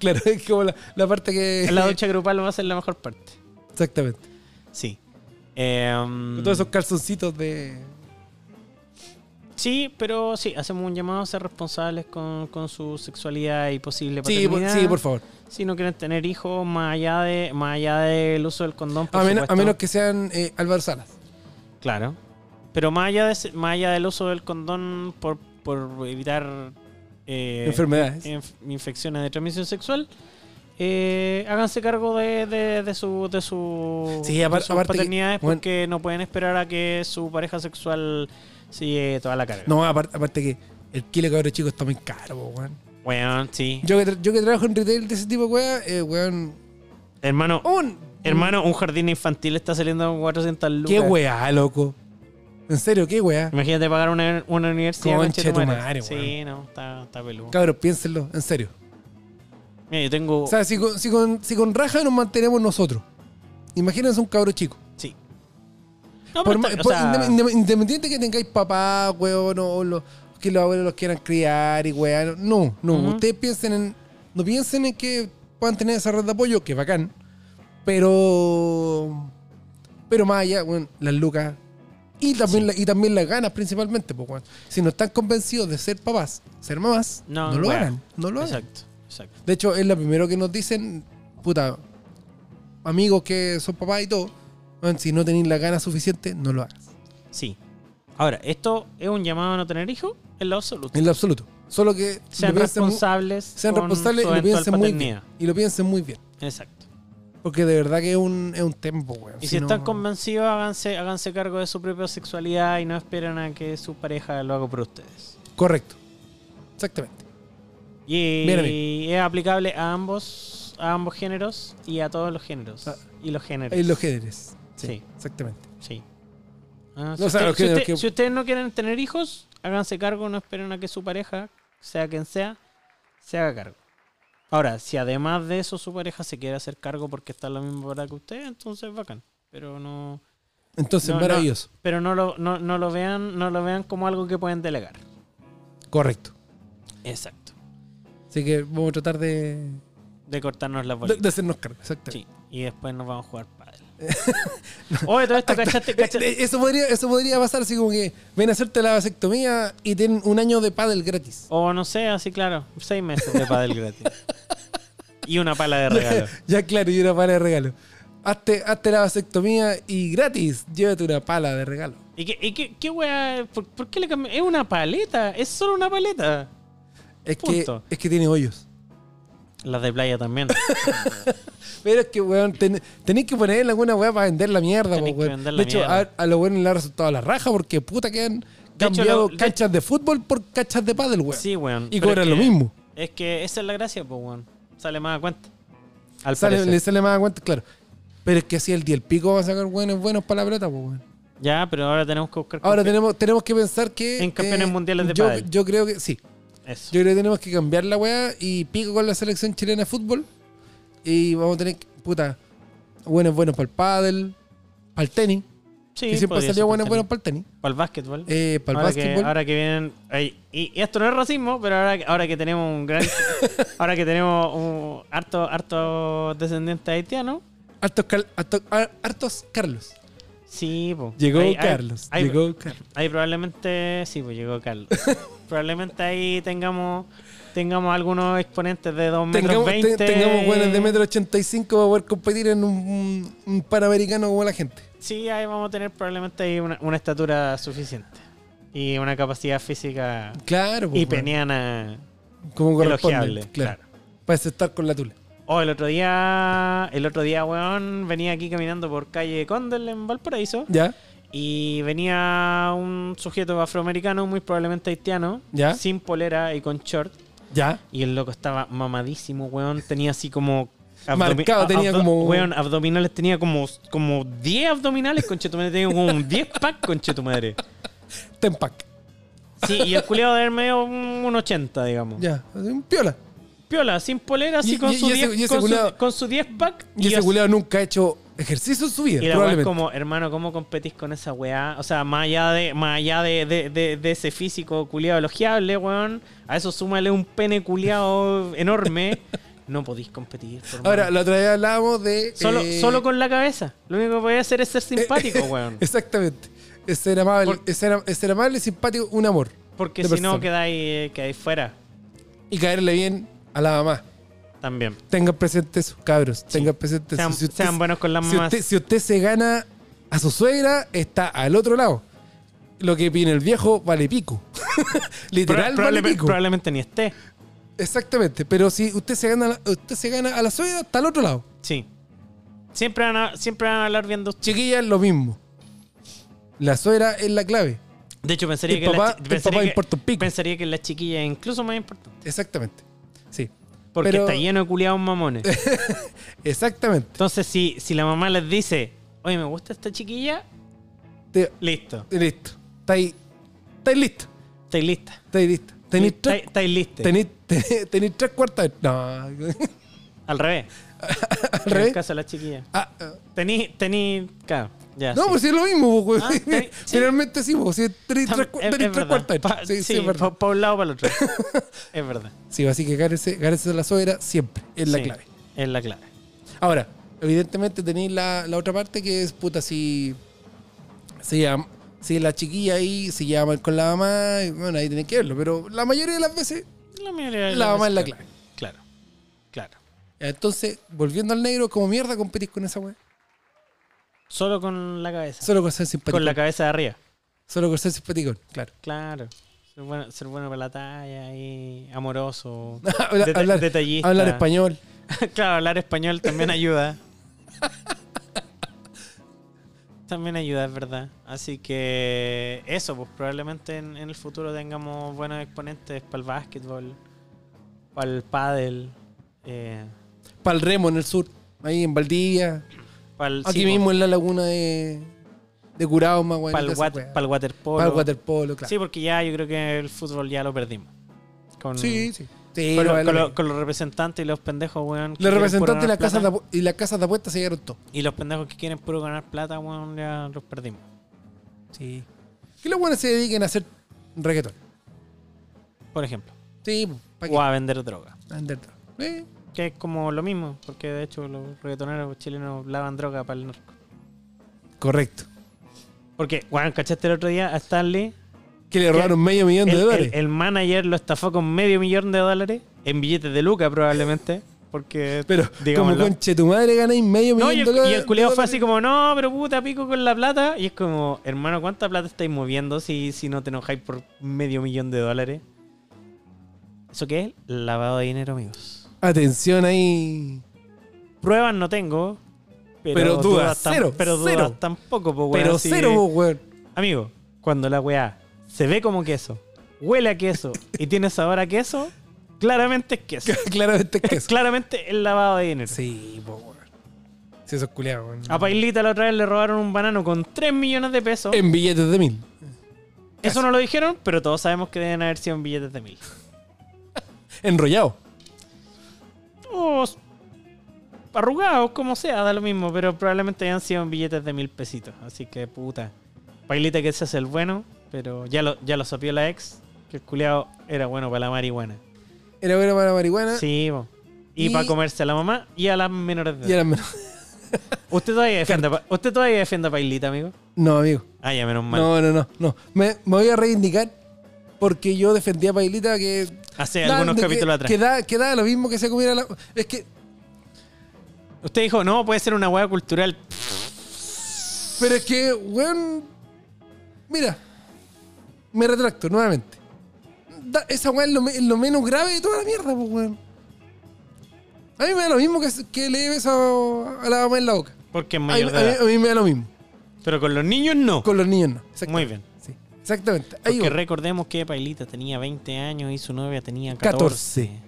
Claro, es como la, la parte que.
La ducha grupal va a ser la mejor parte.
Exactamente.
Sí. Em,
Con todos esos calzoncitos de.
Sí, pero sí, hacemos un llamado a ser responsables con, con su sexualidad y posible
Sí por,
paternidad.
sí, por favor.
Si no quieren tener hijos más allá de más allá del uso del condón, por
A, menos- a
supuesto.
menos que sean eh, Álvaro Salas.
Claro. Pero más allá, de, ese- más allá del uso del condón por, por evitar eh,
Enfermedades.
inf- infecciones de transmisión sexual, eh, háganse cargo de, de, de su, de, su,
Sí, apar-
de sus
aparte que-
paternidades
bueno.
porque no pueden esperar a que su pareja sexual sigue toda la carga.
No, aparte, aparte que el kilo cabro chico está muy caro, po, weón.
Bueno, sí.
Yo que, tra- yo que trabajo en retail de ese tipo, weón, eh, weón.
hermano,
un-
hermano, un jardín infantil está saliendo con 400 lucas.
Qué weá, loco. En serio, qué weá.
Imagínate pagar una, una universidad.
Conche tu
conchetumare.
madre,
Sí, no, está, está peludo.
Cabros, piénsenlo, en serio.
Mira, yo tengo.
O sea, si con, si con, si con raja nos mantenemos nosotros. Imagínense un cabro chico.
Sí. No, pero
Por ma-
está- o
por
sea,
indem- indem- independiente que tengáis papá, weón, o lo- que los abuelos los quieran criar y weón. No, no.
Ujú.
Ustedes piensen en. No piensen en que puedan tener esa red de apoyo, que bacán. Pero. Pero más allá, weón, las lucas. Y también, la- y también las ganas, principalmente, pues, weón. Si no están convencidos de ser papás, ser mamás, no,
No,
lo
weón.
hagan. No lo hagan.
Exacto, exacto.
De hecho, es lo primero que nos dicen, puta, amigos que son papás y todo, weón, si no tenéis la ganas suficiente, no lo hagas.
Sí. Ahora, esto es un llamado a no tener hijos en lo absoluto.
En lo absoluto. Solo que
Sean
lo piensen mu-
responsables.
sean
con
responsables
su
y lo
eventual
piensen muy bien.
paternidad.
Y lo piensen muy bien.
Exacto.
Porque de verdad que es un, es un tempo, weón.
Y si, están
no-
convencidos, háganse, háganse cargo de su propia sexualidad y no esperen a que su pareja lo haga por ustedes.
Correcto. Exactamente.
Y
Bien,
es aplicable a ambos, a ambos géneros y a todos los géneros.
Ah,
y los géneros.
Hay los géneros. Sí.
Sí.
Exactamente.
Sí. Ah,
No,
si,
o sea,
usted-
los
si
géneros
usted-
que-
si ustedes no quieren tener hijos, háganse cargo, no esperen a que su pareja, sea quien sea, se haga cargo. Ahora, si además de eso su pareja se quiere hacer cargo porque está en la misma parada que usted, entonces bacán. Pero no,
Entonces,
No, no.
maravilloso.
pero no lo, no, no lo vean, no lo vean como algo que pueden delegar.
Correcto.
Exacto.
Así que vamos a tratar de,
De cortarnos las
de,
bolitas.
de hacernos cargo. Exactamente.
Sí. Y después nos vamos a jugar padre. Oye, todo esto, ¿cachaste?
Eh,
cachaste?
eh, Eso podría, eso podría pasar así como que ven a hacerte la vasectomía y tienen un año de pádel gratis.
O no sé, así claro, seis meses de padel gratis. Y una pala de regalo.
ya claro, y una pala de regalo. Hazte, hazte la vasectomía y gratis, llévate una pala de regalo.
¿Y qué, y qué, qué weá? ¿Por, por qué le cambió? Es una paleta, es solo una paleta.
Es que,
Punto.
es que tiene hoyos.
Las de playa también.
Pero es que, weón, ten- tenéis que ponerle alguna weá para vender la mierda,
Tenéis
po,
que
weón.
vender la
De hecho, a,
mierda.
a los buenos le ha resultado la raja porque puta que han
hecho,
cambiado
lo- de-
canchas de fútbol por canchas de pádel, weón.
Sí, weón.
y
pero
cobran
es
lo
que-
mismo.
Es que esa es la gracia, pues, weón. Sale más a cuenta. Al
Sale-
parecer.
le sale más a cuenta, claro. Pero es que así el día el pico va a sacar buenos buenos para la pelota, po, weón.
Ya, pero ahora tenemos que buscar.
Ahora tenemos, tenemos que pensar que. eh,
En campeones mundiales de
yo,
pádel.
yo creo que sí.
Eso.
Yo creo que tenemos que cambiar la weá y pico con la selección chilena de fútbol. Y vamos a tener, que- puta, buenos buenos para el pádel, para el tenis.
sí,
que siempre
podría
salió
ser
buenos buenos
también.
para el tenis.
Para el básquetbol.
Eh, para el
ahora, que,
básquetbol.
ahora que vienen. ay, y, y esto no es racismo, pero ahora, que- ahora que tenemos un gran. ahora que tenemos un harto, harto descendiente haitiano.
Hartos, Cal- harto- har- hartos Carlos.
Sí, pues.
Llegó Carlos. llegó Carlos.
Ahí probablemente, sí, pues llegó Carlos. probablemente ahí tengamos tengamos algunos exponentes de 2 metros
Tengamos, te-
20.
tengamos
y-
buenos de metro 85 para poder competir en un, un- un panamericano como la gente.
Sí, ahí vamos a tener probablemente ahí una, una estatura suficiente. Y una capacidad física
Claro, po,
y
weón.
peniana
Como corresponde.
elogiable.
Claro.
Claro.
Para aceptar con la tula.
Oh, el otro día, el otro día, weón, venía aquí caminando por calle Condel en Valparaíso
¿Ya?
y venía un sujeto afroamericano, muy probablemente haitiano,
Ya.
sin polera y con short.
¿Ya?
Y el loco estaba mamadísimo, weón. Tenía así como.
Marcado, tenía como-
Weón, abdominales tenía como, como 10 abdominales, conchetumadre. Tenía como un 10 pack, conchetumadre.
Tempac.
Sí, y el culiado de haber medio un, un 80, digamos.
Ya. Un piola.
Piola, sin polera, así
Y-
con,
y-
su
y ese-
10
y ese
con su-
culiao-
con su 10 pack.
Y ese
así-
culiao nunca ha hecho ejercicio en su vida,
Y la weá es
probablemente.
como, hermano, ¿cómo competís con esa weá? O sea, más allá de, más allá de, de- de- de ese físico culiado elogiable, weón, a eso súmale un pene culiado enorme. No podís competir. por
Ahora, la otra vez hablábamos de...
Solo,
eh,
solo con la cabeza. Lo único que podía hacer es ser simpático, weón.
Exactamente. Ese era amable,
Por-
ese era, ese era amable, simpático, un amor.
Porque
de
si
persona.
no, quedáis, quedáis fuera
Y caerle bien a la mamá.
también.
Tengan presente eso, cabros. Tengan presente eso.
Sean,
Si usted-
sean buenos con las
si
mamás.
usted, si usted se gana a su suegra, está al otro lado. Lo que viene el viejo vale pico.
Pro-
Literal vale
probablemente,
pico.
probablemente ni esté.
Exactamente. Pero si usted se gana, usted se gana a la suegra, está al otro lado.
Sí. Siempre van a, siempre van a hablar bien de usted.
Chiquillas, lo mismo. La suegra es la clave.
De hecho, pensaría
El
que,
papá-
la, chi-
el
pensaría
papá
que-
importa un pico.
pensaría que la chiquilla es incluso más importante.
Exactamente. Sí.
Porque
Pero-
está lleno de culiados mamones.
Exactamente.
Entonces, si, si la mamá les dice, oye, me gusta esta chiquilla,
Te-
Listo.
listo. Estáis estáis listo.
Estáis lista.
Estáis listo. Tenéis tres,
Estáis estáis lista.
tenéis, te- tenéis tres cuartas. No. Al
Al revés. En el
revés.
caso de la chiquilla.
Ah, ah.
Tení, tení, claro, ya.
no,
sí.
pues sí es lo mismo. güey.
Ah, tenéis- sí.
Finalmente sí, pues, sí, tenéis
Tam- es-
tres, cu-
es
tenéis tres
verdad.
cuartas.
Pa-
sí, sí, es verdad.
pa- pa' un lado o para el otro. es verdad.
Sí, así que gárese, gárese de la suegra siempre, es la
Sí,
clave.
Es la clave.
Ahora, evidentemente tenéis la, la otra parte que es, puta, si, si, am- si la chiquilla ahí se lleva mal con la mamá, y bueno, ahí tenéis que verlo, pero la mayoría de las veces,
La, mayoría de
La
las veces,
mamá es la
claro. Claro. Claro.
entonces, volviendo al negro, como mierda competís con esa weá.
Solo con la cabeza.
Solo con ser simpático.
con la cabeza de arriba.
Solo con ser simpático, claro.
Claro. Ser bueno, ser bueno para la talla y amoroso.
hablar,
Deta-
hablar-
detallista.
hablar español.
claro, hablar español también ayuda. también ayuda, es verdad. Así que eso, pues probablemente en, en el futuro tengamos buenos exponentes para el básquetbol, para el pádel, eh,
Para el remo en el sur, ahí en Valdivia,
para el,
aquí
sí,
mismo en la laguna de, de Curauma, weón.
pues, pa'l wat- pa'l waterpolo.
Para el waterpolo, claro.
Sí, porque ya yo creo que el fútbol ya lo perdimos. Con,
Sí, sí. Sí,
con, lo-
no vale
con
la
lo-
pena.
con los representantes y los pendejos, weón. que
los
quieren
representantes
puro
y
ganar
las, casas de,
plata.
apu- y las casas de apuestas se llegaron todos.
Y los pendejos que quieren puro ganar plata, weón, ya los perdimos.
Sí. Que los buenos se dediquen a hacer reggaetón.
Por ejemplo.
Sí, para
O a vender droga.
que underdog. Eh,
Que es como lo mismo, porque de hecho los reggaetoneros chilenos lavan droga para el narco.
correcto.
Porque, weón, ¿cachaste el otro día a Stanley?
Que le robaron medio millón
El,
de
el-
dólares.
el manager lo estafó con medio millón de dólares en billetes de Luca probablemente. Porque,
pero
digámoslo.
como conche tu madre ganáis medio
No,
millón
y
de
el,
dólares.
y el culiao fue así como, no, pero puta, pico con la plata. Y es como, hermano, ¿cuánta plata estáis moviendo si, si no te enojáis por medio millón de dólares? ¿Eso qué es? Lavado de dinero, amigos.
Atención ahí.
Pruebas no tengo, pero,
Pero dudas,
tam-
cero,
pero dudas
cero.
tampoco, po, weón,
pero
así-
cero, vos, weón.
Amigo, cuando la weá se ve como queso, huele a queso y tiene sabor a queso, claramente es queso.
Claramente es que eso.
claramente es lavado de dinero.
Sí, po, weón. Sí, esos culiados, weón.
A Pailita la otra vez le robaron un banano con 3 millones de pesos.
En billetes de mil.
Eso no lo dijeron, pero todos sabemos que deben haber sido en billetes de mil.
Enrollado.
O arrugados, Pues, como sea, da lo mismo, pero probablemente hayan sido en billetes de mil pesitos. Así que puta. Pailita que se hace el bueno, pero ya lo, ya lo sapió la ex, que el culiao era bueno para la marihuana.
Era bueno para la marihuana.
Sí, po. Y,
Eh, Y-
para comerse a la mamá y a las menores de
Y
edad.
era menos.
¿Usted, todavía defiende, a Pa- ¿Usted todavía defiende a Pailita, amigo?
No, amigo.
Ah, ya, menos mal.
No, no, no, no. Me, me voy a reivindicar porque yo defendía a Pailita que.
Hace
da-
algunos
de que-
capítulos atrás.
Que da, que da lo mismo que se comiera la. Es que.
Usted dijo, no, puede ser una hueá cultural.
Pero es que, weón. Mira. Me retracto nuevamente. Da- esa weá es lo, me- es lo menos grave de toda la mierda, pues, weón. A mí me da lo mismo que, que le beso a la mamá en la boca.
Porque es
A mí,
mayor de
a mí-
edad.
a mí me da lo mismo.
Pero con los niños no.
Con los niños no. Exactamente.
Muy bien.
Sí, exactamente. Ahí
Porque
voy.
recordemos que Pailita tenía 20 años y su novia tenía 14.
14.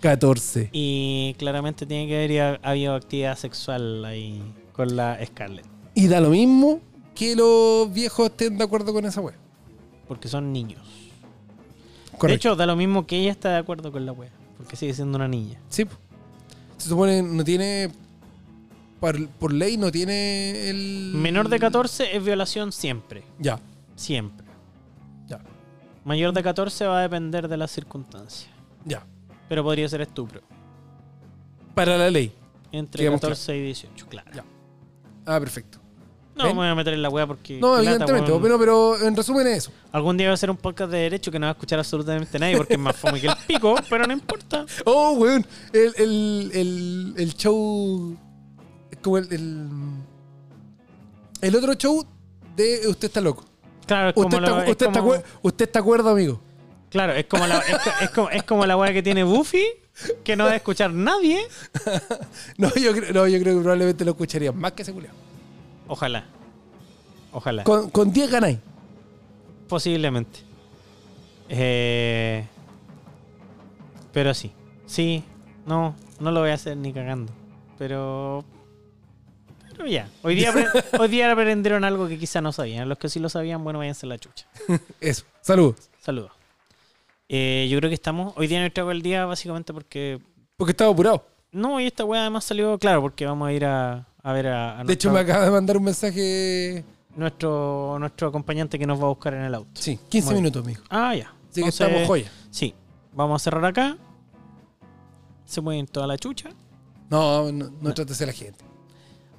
14.
Y claramente tiene que haber ha- habido actividad sexual ahí con la Scarlett.
Y da lo mismo que los viejos estén de acuerdo con esa weá.
Porque son niños. De
Correcto.
hecho, da lo mismo que ella está de acuerdo con la wea. Porque sigue siendo una niña.
sí. po. Se supone no tiene. Por, por ley no tiene el.
Menor de 14 es violación siempre.
Ya,
Siempre.
ya,
Mayor de 14 va a depender de las circunstancias.
ya.
Pero podría ser estupro.
Para la ley.
Entre
Digamos
14 y 18, claro.
Ya. Ah, perfecto.
No
¿Ven?
me voy a meter en la wea porque.
No,
qué lata,
evidentemente,
weón.
pero, pero en resumen es eso.
Algún día voy a hacer un podcast de derecho que no va a escuchar absolutamente nadie porque es más fome que el pico, pero no importa.
Oh, weón. El, el, el, el show. Es como el, el. el otro show de Usted está loco.
Claro, es como
Usted,
la-
está,
es
usted, está,
como-
acuer- usted está acuerdo, amigo.
Claro, es como la es, co- es como, es como la wea que tiene Buffy, que no va a escuchar nadie.
No yo, creo, no, yo creo que probablemente lo escucharían más que ese culiao.
Ojalá. Ojalá.
Con, con 10 ganáis.
Posiblemente. Eh, pero sí. Sí. No, no lo voy a hacer ni cagando. Pero. Pero Pero ya, hoy día, apre- hoy día aprendieron algo que quizá no sabían. Los que sí lo sabían, bueno, váyanse a la chucha.
Eso. Saludos.
Saludos. Eh, yo creo que estamos. Hoy día no trago el día, básicamente porque.
Porque estaba apurado.
No, y esta weá además salió, claro, porque vamos a ir a, a ver a, a
De hecho,
nuestro,
me acaba de mandar un mensaje.
nuestro, nuestro acompañante que nos va a buscar en el auto.
Sí, 15
Muy bien.
minutos, mijo.
Ah, ya.
Así que
Entonces,
estamos joya.
Sí, vamos a cerrar acá. Se mueven toda la chucha.
No, no, no trates a la gente.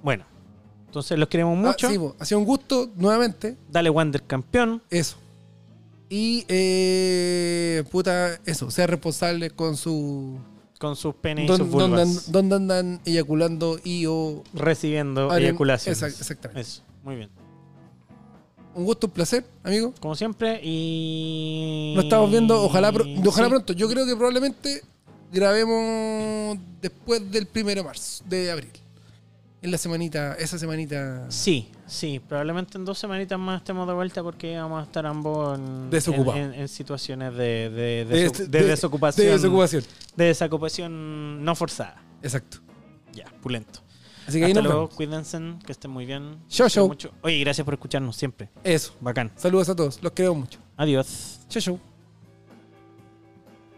Bueno, entonces los queremos
Ah,
mucho.
sí, po. ha sido un gusto nuevamente.
Dale Wander campeón.
Eso. Y, eh, puta, eso, sea responsable con su.
Con sus penes y
don-
sus
Donde
vulvas.
an- donde andan eyaculando y o.
Recibiendo
Alien-
eyaculaciones.
Exact- exactamente.
Eso, muy bien.
Un gusto, un placer, amigo.
Como siempre, y.
Nos estamos viendo, ojalá, pro- ojalá
Sí.
pronto. Yo creo que probablemente grabemos después del primero de marzo, de abril. En la semanita, esa semanita.
Sí, sí, probablemente en dos semanitas más estemos de vuelta porque vamos a estar ambos en,
Desocupados.
en, en- en situaciones de, de- de-
De-
de-
este, de-
de desocupación.
De desocupación.
de desocupación no forzada.
Exacto.
Ya, pulento.
Así que ahí
Hasta
nos
luego,
vemos.
cuídense, que estén muy bien.
Chao,
Los quiero
chao.
mucho. Oye, gracias por escucharnos siempre.
Eso.
Bacán.
Saludos a todos. Los queremos mucho.
Adiós.
Chau, chau.